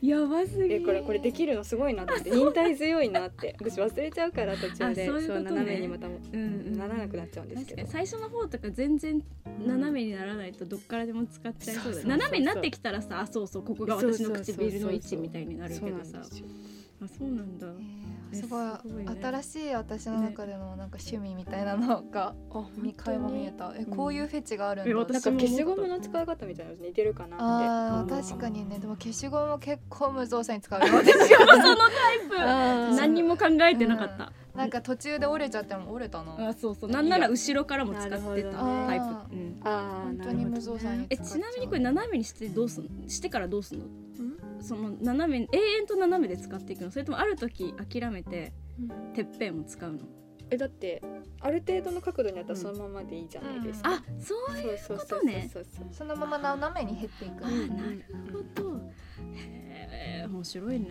Speaker 2: やばすぎ
Speaker 3: えこれこれできるのすごいなって忍耐強いなって私忘れちゃうから途中で
Speaker 2: あそういうことね
Speaker 3: 斜めにまたも
Speaker 2: うんうん
Speaker 3: ならなくなっちゃうんです
Speaker 2: 確か
Speaker 3: けど
Speaker 2: に最初の方とか全然斜
Speaker 3: に
Speaker 2: めにならないとどっからでも使っちゃいそうだよ
Speaker 3: そうそうそうそう
Speaker 2: 斜めになってきたらさあそうそうここが私の唇の位置みたいになるけど
Speaker 3: そう
Speaker 2: さ
Speaker 3: なんですよ
Speaker 2: (laughs) あそうなんだ
Speaker 1: えー
Speaker 2: え
Speaker 1: すごい
Speaker 2: すごいね
Speaker 1: 新しい私の中でのなんか趣味みたいなのが
Speaker 3: あ
Speaker 1: 見垣間見えたえこういうフェチがあるん
Speaker 2: え
Speaker 1: だ
Speaker 2: 私
Speaker 3: なんか
Speaker 2: も
Speaker 3: 消しゴムの使い方みたいなの似てるかな
Speaker 1: あ
Speaker 3: っ
Speaker 1: ー
Speaker 3: て
Speaker 1: 確かにねで
Speaker 3: も
Speaker 1: も消しゴムも結構無造作に使うよ私
Speaker 2: (laughs)
Speaker 1: は
Speaker 3: あ
Speaker 2: 何にも考えてなかった、
Speaker 1: なんか途中で折れちゃっても折れた
Speaker 2: あ
Speaker 1: の
Speaker 2: そうそうなんなら後ろからも使ってた
Speaker 3: な
Speaker 2: タ
Speaker 3: る
Speaker 2: イプ、
Speaker 3: ほどね
Speaker 1: あー
Speaker 2: うん、
Speaker 3: あー
Speaker 1: 本
Speaker 3: な
Speaker 1: 当
Speaker 3: る
Speaker 1: に
Speaker 3: ほど
Speaker 1: 無造作に
Speaker 2: え
Speaker 1: 使っ
Speaker 2: ちなみにこれ斜めにしてどうすんのしてからどうすんのその斜め永遠と斜めで使っていくのそれともある時諦めて
Speaker 1: うん
Speaker 2: てっぺんを使うの
Speaker 3: えだってある程度の角度にあったらそのままでいいじゃないですか、
Speaker 2: あそう
Speaker 3: そうそうそう
Speaker 2: そういう
Speaker 3: そうそう
Speaker 1: そのまま斜めに減っていく
Speaker 2: あ
Speaker 1: ね
Speaker 2: なるほどへえ面白いね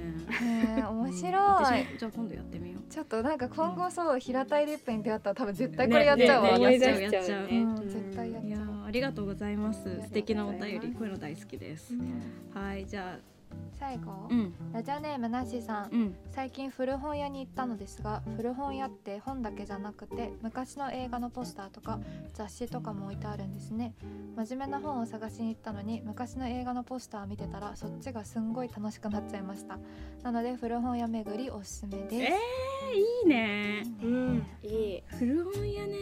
Speaker 1: え面白い
Speaker 2: 私もじゃあ今度やってみよう
Speaker 1: ちょっとなんか今後そう平たいリップに出会ったら多分絶対これやっちゃうわ、
Speaker 2: ねね
Speaker 3: 思い出
Speaker 2: や
Speaker 3: し
Speaker 2: っ
Speaker 3: ち
Speaker 2: ちゃうやっ
Speaker 3: ゃうよ
Speaker 2: ちゃ
Speaker 3: ね
Speaker 1: ううん絶対やっ
Speaker 2: いやーありがとうございます素敵なお便りこういうの大好きですはいじゃ
Speaker 1: 最後
Speaker 2: あうん
Speaker 1: ラジオネームなしさん
Speaker 2: うん
Speaker 1: 最近古本屋に行ったのですが古本屋って本だけじゃなくて昔の映画のポスターとか雑誌とかも置いてあるんですね真面目な本を探しに行ったのに昔の映画のポスターを見てたらそっちがすんごい楽しくなっちゃいましたなので古本屋巡りおすすめです
Speaker 2: えー、いいね
Speaker 3: うんいい
Speaker 2: 古本屋ね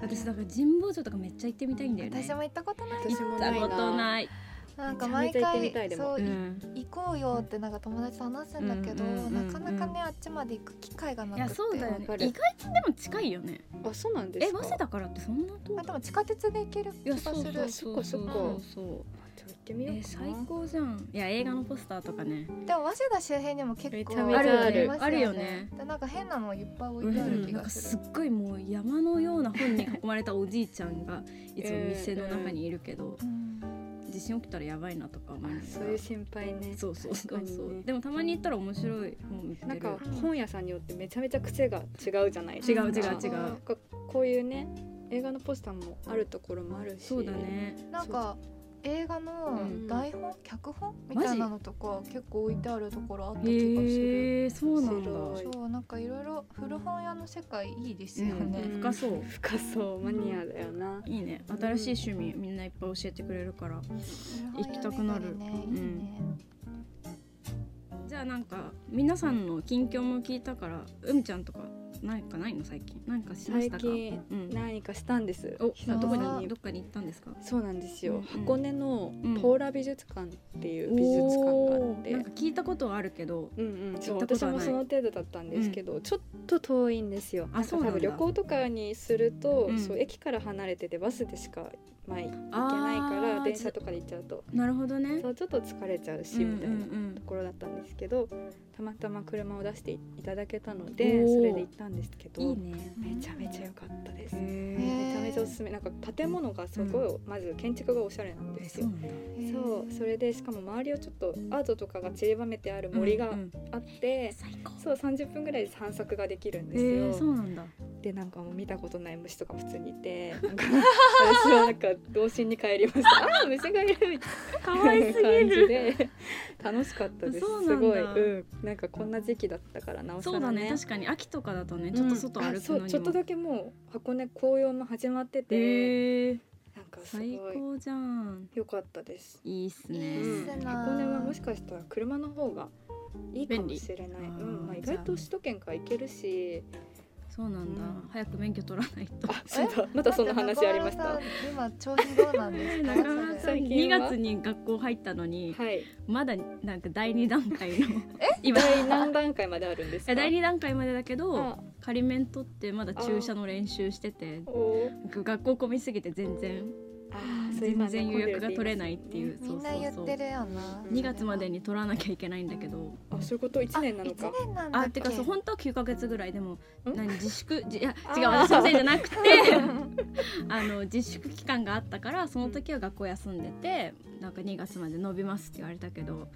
Speaker 2: 私だから神保町とかめっちゃ行ってみたいんだよね
Speaker 1: 私も行ったことない
Speaker 3: 私も
Speaker 2: 行ったことない
Speaker 1: なんか毎
Speaker 3: めちゃめちゃ行
Speaker 1: 回
Speaker 3: ってみたいでも
Speaker 1: そう、
Speaker 2: うん
Speaker 1: 行こうよってなんか友達と話すんだけど、
Speaker 2: うんうんうんうん
Speaker 1: なかなかねあっちまで行く機会がないく
Speaker 2: や
Speaker 1: て
Speaker 2: そうだよね
Speaker 3: わかる
Speaker 2: 意外とでも近いよね
Speaker 3: あそうなんで
Speaker 2: え
Speaker 3: すか
Speaker 2: 早稲田からってそんな遠
Speaker 1: まあ
Speaker 2: く
Speaker 1: でも地下鉄で行ける
Speaker 2: い
Speaker 1: 気
Speaker 2: や
Speaker 1: が
Speaker 2: そう
Speaker 1: す
Speaker 2: そ
Speaker 1: る
Speaker 2: うそうそう
Speaker 3: そっか
Speaker 2: そ
Speaker 3: そっ
Speaker 2: う
Speaker 3: か
Speaker 2: そう
Speaker 3: じゃあ行ってみようか
Speaker 2: え
Speaker 3: な
Speaker 2: 最高じゃんいや映画のポスターとかね
Speaker 1: でも早稲田周辺にも結
Speaker 3: めちゃ
Speaker 1: 構
Speaker 3: めちゃある
Speaker 1: あります
Speaker 2: あるよね
Speaker 1: でなんか変なのいっぱい置
Speaker 2: う
Speaker 1: いてある
Speaker 2: ん
Speaker 1: 気
Speaker 2: なん
Speaker 1: が
Speaker 2: か
Speaker 1: す
Speaker 2: す
Speaker 1: る
Speaker 2: っ。ごいもう山のような本に囲まれたおじいちゃんがいつも店の中にいるけど
Speaker 1: うん
Speaker 2: 地震起きたらやばいなとか思いながら
Speaker 3: そういう心配ね
Speaker 2: そうそうそう
Speaker 3: 確
Speaker 2: そ
Speaker 3: かに
Speaker 2: う
Speaker 3: ね
Speaker 2: でもたまに行ったら面白い本売ってる
Speaker 3: なんか本屋さんによってめちゃめちゃ癖が違うじゃないです
Speaker 2: 違
Speaker 3: か
Speaker 2: う違う違
Speaker 1: う
Speaker 2: うん
Speaker 3: なんかこういうね映画のポスターもあるところもあるし
Speaker 2: そうだね
Speaker 1: なんか映画の
Speaker 2: うん
Speaker 1: 台本、脚本
Speaker 2: ジ
Speaker 1: みたいなのとか結構置いてあるところあった気がする。
Speaker 2: へえそうなんだ
Speaker 3: 面白い
Speaker 1: そうなんかいろいろ古本屋の世界いいですよ
Speaker 2: う
Speaker 1: ね。
Speaker 2: ん深そう
Speaker 3: 深そうマニアだよな、
Speaker 2: いいね新しい趣味みんないっぱい教えてくれるから
Speaker 1: 古本屋巡りね
Speaker 2: 行きたくなる
Speaker 1: いいね。
Speaker 2: じゃあなんか皆さんの近況も聞いたから海ちゃんとかなんかないの最近なんかしまし
Speaker 3: 最
Speaker 2: たか
Speaker 3: 近
Speaker 2: うん
Speaker 3: 何かしたんです
Speaker 2: お
Speaker 3: 久
Speaker 2: どこ
Speaker 3: 々
Speaker 2: に
Speaker 3: に
Speaker 2: どっかに行ったんですか
Speaker 3: そうなんです
Speaker 2: う
Speaker 3: よ
Speaker 2: ん
Speaker 3: 箱根の
Speaker 2: うん
Speaker 3: ポーラ美術館っていう美術館があって
Speaker 2: おーなんか聞いたことはあるけど
Speaker 3: うんうん、そう
Speaker 2: 行ったこ
Speaker 3: 私
Speaker 2: とはない
Speaker 3: もその程度だったんですけど、ちょっと遠いんですよ。
Speaker 2: あそうなんだ
Speaker 3: 多分旅行とかにすると、
Speaker 2: うん
Speaker 3: そう駅から離れててバスでしか、まあ、行けない
Speaker 2: あ
Speaker 3: から
Speaker 2: ー
Speaker 3: 電車とかで行っちゃうと
Speaker 2: なるほどね
Speaker 3: そうちょっと疲れちゃうし、みたいなところだったんですけどたまたま車を出していただけたので
Speaker 2: おー
Speaker 3: それで行ったんですけど
Speaker 2: いいね
Speaker 1: うん
Speaker 3: めちゃめちゃ良かったです。
Speaker 2: へ
Speaker 3: めちゃめちゃおすすめなんか建物がすごい、まず建築がおしゃれなんです
Speaker 2: そう
Speaker 3: よ
Speaker 2: な。んだ
Speaker 3: そうそれでしかも周りをちょっとアートとかが散りばめてある森が
Speaker 2: うんうん
Speaker 3: あって、
Speaker 2: 最高
Speaker 3: そう30分ぐらいで散策ができるんですよ、
Speaker 2: えそうなんだ
Speaker 3: でなんかもう見たことない虫とか普通にい
Speaker 2: (laughs)
Speaker 3: てなんか私はなんか童心に帰りましたああー虫がいるみたい
Speaker 2: か
Speaker 3: な
Speaker 2: わい (laughs) すぎ
Speaker 3: 感じ
Speaker 2: る
Speaker 3: で楽しかったです
Speaker 2: そう
Speaker 3: す
Speaker 2: なん
Speaker 3: ごい、
Speaker 2: だ
Speaker 3: うん、なんかこんな時期だったからなお
Speaker 2: そ
Speaker 3: さ
Speaker 2: う
Speaker 3: ら
Speaker 2: だ
Speaker 3: ね
Speaker 2: ね確かに秋とかだとね
Speaker 3: うん
Speaker 2: ちょっと外
Speaker 3: あ
Speaker 2: 歩く
Speaker 3: そ
Speaker 2: のにも
Speaker 3: うちょっとだけもう箱根紅葉も始まってて、
Speaker 2: へえ
Speaker 3: なんかすご
Speaker 2: 最
Speaker 3: い
Speaker 2: 高じゃん
Speaker 3: 良かったです、
Speaker 2: いいっす
Speaker 1: い
Speaker 2: ね
Speaker 1: いっす
Speaker 3: うん
Speaker 1: な
Speaker 3: 箱根はもしかしたら車の方がいいかもしれない、
Speaker 2: 便利
Speaker 3: うんま
Speaker 2: あ
Speaker 3: あ、
Speaker 2: ー
Speaker 3: 意外
Speaker 2: じゃ
Speaker 3: と
Speaker 2: あ
Speaker 3: 首都圏から行けるし
Speaker 2: そうなんだ
Speaker 3: うん
Speaker 2: 早く免許取らない
Speaker 3: (laughs)
Speaker 2: と
Speaker 3: あそうだまたそんな話ありまし
Speaker 1: 中
Speaker 3: た。は
Speaker 1: 村さん今調子どうなんです
Speaker 2: (laughs)
Speaker 1: か。
Speaker 2: なかなか
Speaker 3: 最近
Speaker 2: 2
Speaker 3: は
Speaker 2: 月に学校入ったのに
Speaker 3: (laughs) い。
Speaker 2: まだなんか第2段階の
Speaker 3: (laughs)
Speaker 2: 今
Speaker 3: 第何段階まであるんです
Speaker 2: え
Speaker 3: か。
Speaker 2: 第2段階までだけど
Speaker 3: あ
Speaker 2: 仮免取ってまだ注射の練習してて
Speaker 3: おー
Speaker 2: 学校混みすぎて全然
Speaker 3: あーそう
Speaker 2: 全
Speaker 3: 今ね
Speaker 2: 然予約が取れないってい
Speaker 3: 混ん
Speaker 2: う
Speaker 3: でる
Speaker 1: みんな言ってるよな。
Speaker 3: うん
Speaker 2: 2月までに取らなきゃいけないんだけど
Speaker 3: 言いますねあそういうこと一年なのか
Speaker 1: あ。一年なんだっ
Speaker 2: あ
Speaker 1: け
Speaker 2: てかそう本当は9ヶ月ぐらいでも
Speaker 3: ん
Speaker 2: 何自粛じいや
Speaker 3: あー
Speaker 2: 違う私のせいじゃ
Speaker 3: (laughs)
Speaker 2: なくてあの自粛期間があったからその時は学校休んでてなんか2月まで伸びますって言われたけど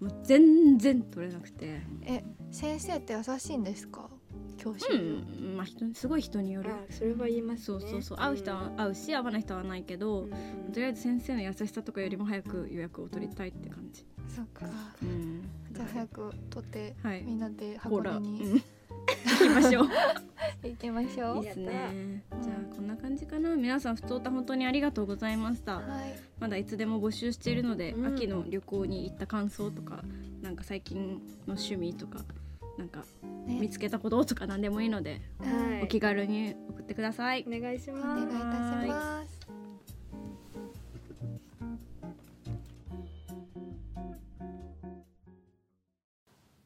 Speaker 2: もう全然取れなくて
Speaker 1: え先生って優しいんですか教師、
Speaker 2: うんまあ人にすごい人による
Speaker 3: あそれは言います
Speaker 2: そ
Speaker 3: ね。
Speaker 2: うそうそう会う人は会うし会わない人は会わないけど
Speaker 3: うん。うん
Speaker 2: とりあえず先生の優しさとかよりも早く予約を取りたいって感じ
Speaker 1: そっか
Speaker 2: うん
Speaker 1: じゃあ早く取って
Speaker 2: はい
Speaker 1: みんなで
Speaker 2: ほ
Speaker 1: 箱
Speaker 2: ら
Speaker 1: 根
Speaker 2: うん
Speaker 1: に
Speaker 2: 行きましょう
Speaker 1: 行きまし
Speaker 2: い
Speaker 1: ょ
Speaker 2: いうで
Speaker 3: や
Speaker 2: す
Speaker 3: った
Speaker 2: ね。
Speaker 1: うん
Speaker 2: じゃあこんな感じかな。皆さん不登た本当にありがとうございました。
Speaker 1: はい
Speaker 2: まだいつでも募集しているので、
Speaker 3: うん
Speaker 2: 秋の旅行に行った感想とか、なんか最近の趣味とかなんか
Speaker 1: ね
Speaker 2: 見つけたこととか何でもいいので、
Speaker 3: はい
Speaker 2: お気軽に送ってください
Speaker 3: お願いし
Speaker 1: お
Speaker 3: ま
Speaker 1: 願いい
Speaker 3: す
Speaker 1: たします。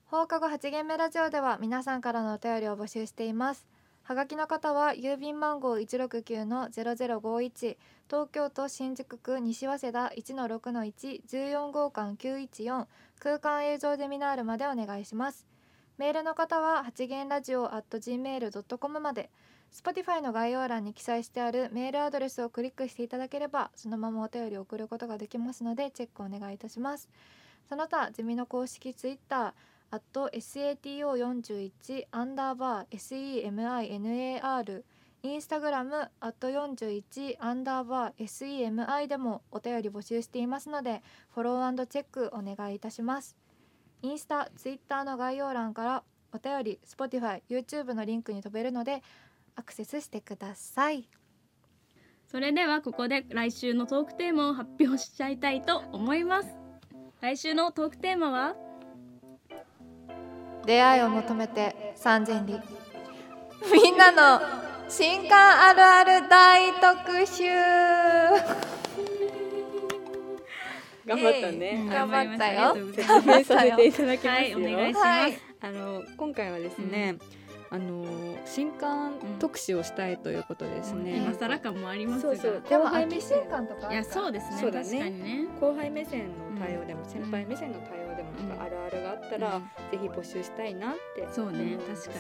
Speaker 1: 放課後8限目ラジオでは皆さんからのお便りを募集しています。はがきの方は郵便番号169の0051東京都新宿区西早稲田1の6の1 14号館914空間映像ゼミナールまでお願いします。メールの方は8限ラジオ at gmail.com まで Spotify の概要欄に記載してあるメールアドレスをクリックしていただければそのままお便りを送ることができますのでチェックお願いいたしますその他ゼミの公式 Twitter アッ SATO41 アンダーバー SEMINAR インスタグラムアット41アンダーバー SEMI でもお便り募集していますのでフォローチェックお願いいたしますインスタ、ツイッターの概要欄からお便り、Spotify、YouTube のリンクに飛べるのでアクセスしてください
Speaker 2: それではここで来週のトークテーマを発表しちゃいたいと思います来週のトークテーマは
Speaker 1: 出会いを求めて三千里みんなの新刊あるある大特集
Speaker 3: 頑張った
Speaker 1: え
Speaker 3: ね
Speaker 1: い頑張ったよ
Speaker 2: ありがとうございます
Speaker 3: 説明させていただき
Speaker 2: (laughs)
Speaker 3: ま
Speaker 2: は
Speaker 3: す
Speaker 2: い
Speaker 3: よ、
Speaker 2: お願いします、
Speaker 1: はい
Speaker 3: あの今回はですね、あの新刊特集をしたいということです
Speaker 2: うん
Speaker 3: ね
Speaker 2: 今、更感もあります
Speaker 3: そ
Speaker 2: が
Speaker 3: うそう
Speaker 1: でも
Speaker 3: 後輩
Speaker 1: 秋
Speaker 3: 目
Speaker 1: 新
Speaker 3: 線
Speaker 1: 刊とか
Speaker 2: いやそうですね
Speaker 3: そうだね
Speaker 2: 確かにね
Speaker 3: 後輩目線の対応でも、先輩目線の対応でもなんかあるあるがあったら、
Speaker 2: うん
Speaker 3: ぜひ募集したいなって
Speaker 2: そうね
Speaker 3: 思うんですよ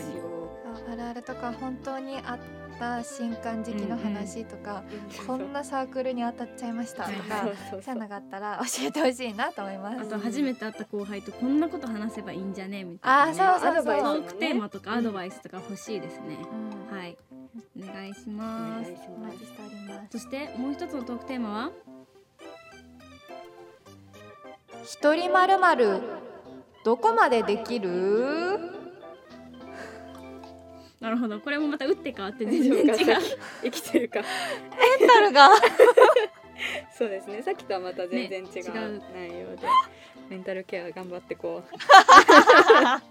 Speaker 2: 確かに
Speaker 1: あるあるとか本当にあった新刊時期の話とか、こんなサークルに当たっちゃいましたと
Speaker 3: そ
Speaker 1: か
Speaker 3: うそう
Speaker 1: そ
Speaker 3: そう
Speaker 1: いう
Speaker 3: う
Speaker 1: のがあったら教えてほしいなと思いま
Speaker 2: あ
Speaker 1: す
Speaker 2: と初めて会った後輩とこんなこと話せばいいんじゃねみた
Speaker 1: あ
Speaker 2: い
Speaker 1: ーそう
Speaker 2: なね
Speaker 1: そう
Speaker 3: アドバイ
Speaker 1: そ
Speaker 3: ス
Speaker 2: ト
Speaker 1: う
Speaker 2: ークテーマとか
Speaker 3: うん
Speaker 2: アドバイスとか欲しいですね
Speaker 1: うん
Speaker 2: はいお願いし
Speaker 3: お
Speaker 2: ま
Speaker 3: 願いし
Speaker 2: す
Speaker 1: お
Speaker 3: ま
Speaker 1: 待ち
Speaker 3: す
Speaker 1: しております
Speaker 2: そしてもう一つのトークテーマは
Speaker 1: 一人まるまるどこまでできる
Speaker 2: なるほどこれもまた打って変わって全然
Speaker 3: 大
Speaker 2: 違
Speaker 3: 丈
Speaker 2: う
Speaker 3: 夫生きてるか
Speaker 1: メンタルが
Speaker 3: (laughs) そうですねさっきとはまた全然違
Speaker 2: ね違
Speaker 3: う
Speaker 2: う
Speaker 3: 内容で、メンタルケア頑張ってこう
Speaker 1: 頑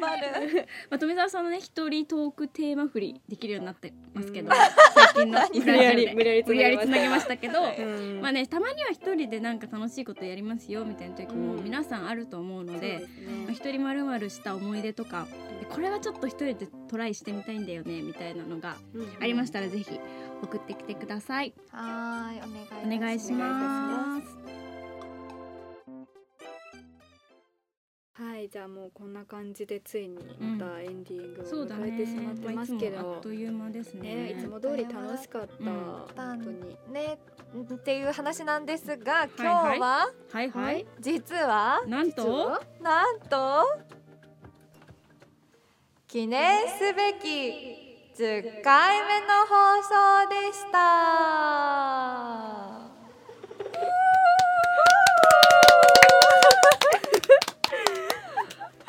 Speaker 1: 張る
Speaker 2: まあ、富澤さんのね一人トークテーマ振りできるようになってますけど、
Speaker 3: うん
Speaker 2: 最近
Speaker 3: (laughs)
Speaker 2: のラジオで
Speaker 3: 無理やり無理やり
Speaker 2: 無理やりつな
Speaker 3: 繋
Speaker 2: げ
Speaker 3: げ
Speaker 2: ま
Speaker 3: ま
Speaker 2: し
Speaker 3: した
Speaker 2: けど、
Speaker 1: はい
Speaker 3: うん
Speaker 2: まあねたまには一人でなんか楽しいことやりますよみたいな時も
Speaker 3: うん
Speaker 2: 皆さんあると思うの
Speaker 3: そう
Speaker 2: で、
Speaker 3: す
Speaker 2: まあ、
Speaker 3: ね
Speaker 2: 一人まるまるした思い出とかこれはちょっと一人でトライしてみたいんだよねみたいなのがありましたらぜひ送ってきてください
Speaker 1: はーいお
Speaker 2: お
Speaker 1: 願い
Speaker 2: 願い
Speaker 1: し
Speaker 2: しま
Speaker 3: お願い
Speaker 2: す
Speaker 3: はいじゃあもうこんな感じでついにまたエンディングを
Speaker 2: そうだ
Speaker 3: 迎
Speaker 2: ね
Speaker 3: えてしまって
Speaker 2: まあ
Speaker 3: ま
Speaker 2: いつ
Speaker 3: す
Speaker 2: も
Speaker 3: けど、
Speaker 2: あっという間ですね
Speaker 3: ね、いつも通り楽しかった、
Speaker 2: うん
Speaker 3: 本当に
Speaker 1: ますねっていう話なんですが今日は、
Speaker 2: はいはいはい、
Speaker 1: 実は
Speaker 2: なんと
Speaker 1: なんと記念すべき10回目の放送でした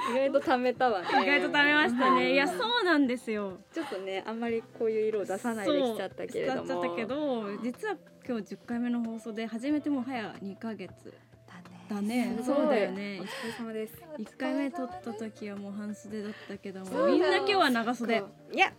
Speaker 3: 意外と貯めたわね
Speaker 2: 意外と食べましたねいやそうなんですよ
Speaker 3: ちょっとねあんまりこういう色を出さないできちゃったけれども
Speaker 2: そう使っちゃったけど実は今日10回目の放送で初めてもはや2ヶ月だね
Speaker 3: すごい
Speaker 2: そうだよね
Speaker 3: お疲れ様です
Speaker 1: だね
Speaker 2: 1回目撮った時はもう半袖だったけど
Speaker 1: そうだ
Speaker 2: も
Speaker 1: よ
Speaker 2: みんな今日は長袖
Speaker 3: いや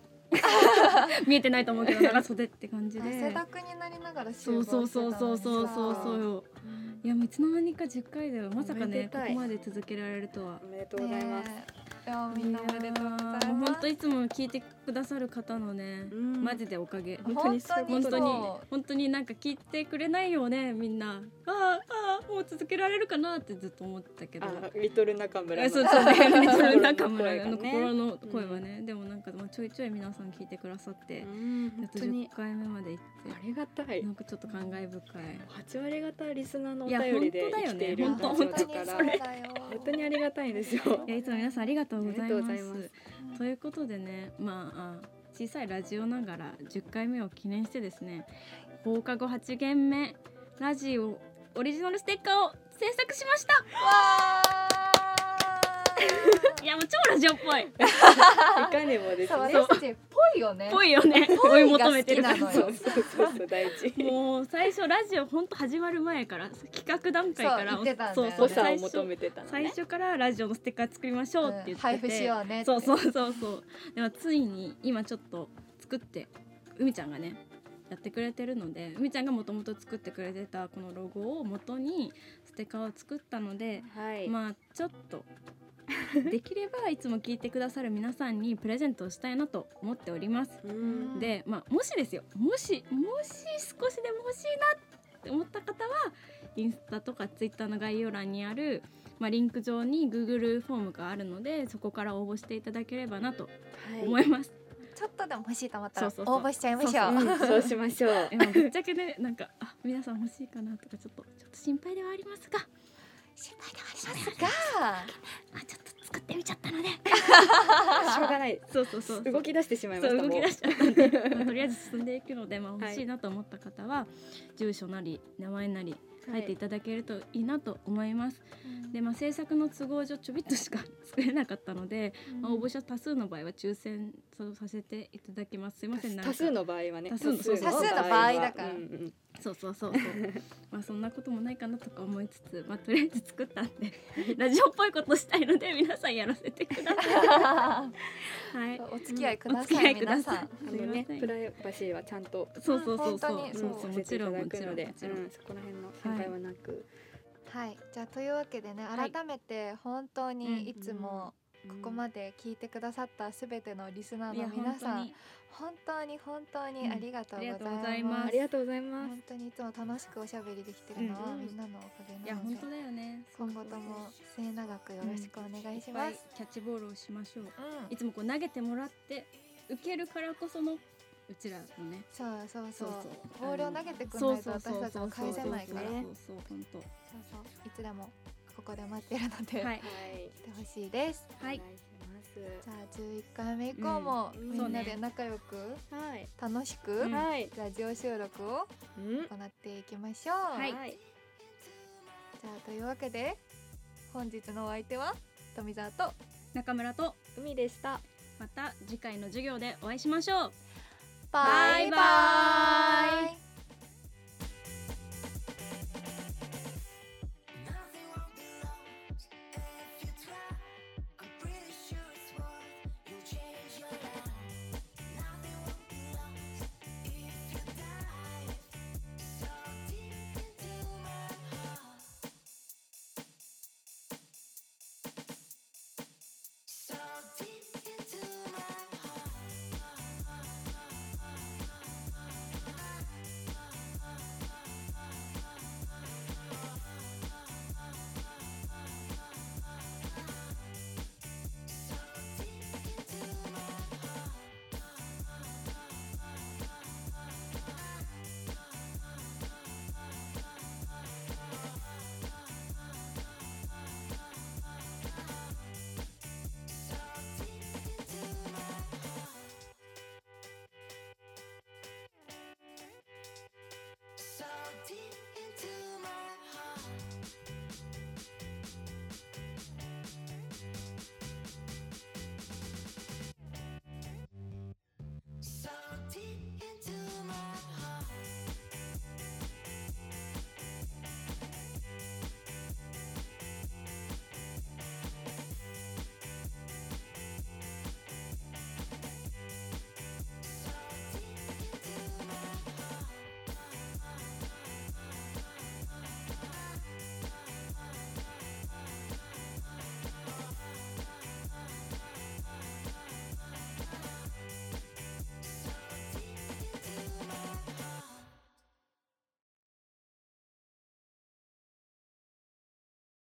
Speaker 2: 見えてないと思うけど長袖って感じ
Speaker 1: 汗
Speaker 2: で
Speaker 1: だくになりながら集
Speaker 2: そ
Speaker 1: 合してたの
Speaker 2: うそう
Speaker 1: に
Speaker 2: そうそうそうそうそうよ
Speaker 1: うん
Speaker 2: いやもういつの間にか10回だよまさか
Speaker 3: おめで
Speaker 2: ねこ
Speaker 3: たい
Speaker 2: こまで続けられるとは
Speaker 3: おめでとうございます、
Speaker 1: ねえいやみんなおめでとうございます
Speaker 2: やーもう本当いつも聞いてくださる方のね
Speaker 3: うん
Speaker 2: マジでおかげ
Speaker 3: 本当にそう
Speaker 2: 本当に
Speaker 1: そう
Speaker 2: 本当になんか聞いてくれないよねみんなああああもう続けられるかなってずっと思ってたけど
Speaker 3: あリトル中村
Speaker 2: え
Speaker 3: の
Speaker 2: そう
Speaker 3: (laughs)
Speaker 2: (laughs) そうね中
Speaker 3: 声
Speaker 2: 村
Speaker 3: が
Speaker 2: の
Speaker 3: ね
Speaker 2: 心の声はね、でもなんかまあちょいちょい皆さん聞いてくださって、
Speaker 3: うん
Speaker 2: や
Speaker 3: 本
Speaker 2: っと
Speaker 3: 当
Speaker 2: 10
Speaker 3: に
Speaker 2: 回目まで行
Speaker 3: あ
Speaker 2: っ
Speaker 3: りがた
Speaker 2: て
Speaker 3: い
Speaker 2: なんかちょっと感慨深い
Speaker 3: 8割方リスナーのお
Speaker 2: いや
Speaker 3: 便りで
Speaker 2: 本当だよ
Speaker 3: 生
Speaker 2: ね
Speaker 3: きている
Speaker 2: 本当
Speaker 3: ラジオ
Speaker 2: 本当
Speaker 1: に
Speaker 3: だか
Speaker 1: そ
Speaker 3: ら
Speaker 1: うだよ
Speaker 3: 本当にありがたいんですよ
Speaker 2: いやいつも皆さんありがとうございます
Speaker 3: ありがとうござい
Speaker 2: ということでねまああ小さいラジオながら10回目を記念してですね放課後8限目ラジオオリジナルステッカーを制作しました
Speaker 1: わー
Speaker 2: いやもう超ラジオっぽい
Speaker 3: いかにもです
Speaker 1: そう
Speaker 3: ね
Speaker 1: 私たちっぽいよね
Speaker 2: ぽいよね追い求めてる感
Speaker 1: ぽいが好きなのよ
Speaker 2: じ
Speaker 3: そうそうそうそう大事
Speaker 2: もう最初ラジオ本当始まる前から企画段階から
Speaker 1: そう言ってたんだよね
Speaker 2: そう
Speaker 3: 濃
Speaker 2: そう
Speaker 3: さを
Speaker 2: 最
Speaker 3: 求
Speaker 2: 初
Speaker 3: めてたの
Speaker 2: 最
Speaker 3: ね
Speaker 2: 初からラジオのステッカー作りましょうっ
Speaker 1: う
Speaker 2: て言ってて、
Speaker 1: ん配布しようねって
Speaker 2: そうそうそうそうでもついに今ちょっと作って海ちゃんがねやってくれてるので海ちゃんがもともと作ってくれてたこのロゴを元にステッカーを作ったので
Speaker 3: はい、
Speaker 2: まあちょっと (laughs) できればいつも聞いてくださる皆さんにプレゼントをしたいなと思っております
Speaker 3: うん
Speaker 2: で、まあ、もしですよもしもし少しでも欲しいなって思った方はインスタとかツイッターの概要欄にある、まあ、リンク上に Google フォームがあるのでそこから応募していただければなと思
Speaker 3: はい
Speaker 2: い (laughs) ます。
Speaker 1: ちょっとでも欲しいと思ったら応
Speaker 2: そうそうそう
Speaker 1: 募しちゃいましょう
Speaker 3: うんそうしましょう
Speaker 2: でもぶっちゃけねなんかあ皆さん欲しいかなとかちょっとちょっと心配ではありますが
Speaker 1: 失敗ではあります
Speaker 2: あちょっと作ってみちゃったので
Speaker 3: しょうがない
Speaker 2: (laughs) そうそうそう
Speaker 3: 動き出してしまいま
Speaker 2: そう
Speaker 3: した
Speaker 2: 動
Speaker 3: も
Speaker 2: き
Speaker 3: う
Speaker 2: 出しちゃったんで、 (laughs) まあ、とりあえず進んでいくので、まあ、
Speaker 3: い
Speaker 2: 欲しいなと思った方は、住所なり名前なり書いていただけるといいなと思います。で、まあ、制作の都合上ちょびっとしか作れなかったので、まあ、応募者多数の場合は抽選とさせていただきます。すいません、なんか
Speaker 3: 多数の場合はね
Speaker 2: 多数の
Speaker 3: 場合
Speaker 1: 多
Speaker 3: は
Speaker 1: 数の場合だから
Speaker 3: うんうん
Speaker 2: そうそうそう (laughs) そう。まあそんなこともないかなとか思いつつ、まあとりあえず作ったんで、 (laughs) ラジオっぽいことしたいので皆さんやらせてください。はい。
Speaker 1: お付き合いく
Speaker 2: お
Speaker 1: だ
Speaker 2: 付き
Speaker 1: さ
Speaker 2: 合
Speaker 1: い
Speaker 2: いくだ
Speaker 1: 皆
Speaker 2: さ
Speaker 1: さ
Speaker 2: い
Speaker 1: ん。
Speaker 3: あ
Speaker 2: すい
Speaker 3: の
Speaker 2: ま
Speaker 3: ね
Speaker 2: せん
Speaker 3: プライバシーはちゃんと
Speaker 2: そうそうそうそう。
Speaker 1: 本当にそう
Speaker 2: うんそう
Speaker 3: さ
Speaker 2: も
Speaker 3: せて
Speaker 2: ち
Speaker 3: いた
Speaker 2: ろん
Speaker 3: だ
Speaker 2: も
Speaker 3: く
Speaker 2: ちろ
Speaker 3: の
Speaker 2: ん
Speaker 3: で
Speaker 2: もちろん
Speaker 3: うんそこら辺の心配はなく
Speaker 1: はいじゃあというわけでね
Speaker 2: はい
Speaker 1: 改めて本当にいつもここま
Speaker 3: で
Speaker 1: で聞いてくださったすべてのリスナー
Speaker 2: いや
Speaker 1: の
Speaker 2: 本
Speaker 1: 皆
Speaker 2: 当
Speaker 1: さん
Speaker 2: に
Speaker 1: 本当に本当にありがとう
Speaker 2: うんありがとう
Speaker 1: ご
Speaker 2: ご
Speaker 1: ざ
Speaker 2: ざ
Speaker 1: い
Speaker 2: い
Speaker 1: ま
Speaker 2: ます
Speaker 3: ありがとうございま
Speaker 1: 本
Speaker 3: す
Speaker 1: 当にいつも楽しくおしゃべりできてるのは
Speaker 2: うん
Speaker 1: みんなのおかげ
Speaker 2: い
Speaker 1: な
Speaker 2: や
Speaker 1: ので
Speaker 2: 本当だよね。
Speaker 1: 今後とも末永くよろしくお願いしま
Speaker 2: いっ
Speaker 1: す
Speaker 2: ぱいキャッチボールをしましょう。
Speaker 1: うん
Speaker 2: いつもこう投げてもらって受けるからこそのうちらのね。
Speaker 1: そうそうそ
Speaker 2: そうう
Speaker 1: ボ
Speaker 2: そう。
Speaker 1: ールを投げてくんないと
Speaker 2: そうそう
Speaker 1: 私
Speaker 2: そう
Speaker 1: たちも返せないから
Speaker 2: そうそうそう本
Speaker 1: そうそういつでもここで待ってるので
Speaker 2: 当。は
Speaker 1: 来
Speaker 2: い
Speaker 3: はい
Speaker 1: てほしいです
Speaker 2: はい
Speaker 3: お願いし
Speaker 1: じゃあ11回目以降も
Speaker 3: うん
Speaker 1: みんな
Speaker 2: そう
Speaker 1: で
Speaker 2: ね
Speaker 1: 仲良く
Speaker 3: ますはい
Speaker 1: 楽しく
Speaker 2: うん
Speaker 3: はい
Speaker 1: ラジオ収録を
Speaker 3: うん
Speaker 1: 行っていきましょう
Speaker 2: はい
Speaker 1: じゃあというわけで本日のお相手は富澤と
Speaker 2: 中村と
Speaker 3: 海でした
Speaker 2: また次回の授業でお会いしましょう。
Speaker 1: バ
Speaker 2: バイバ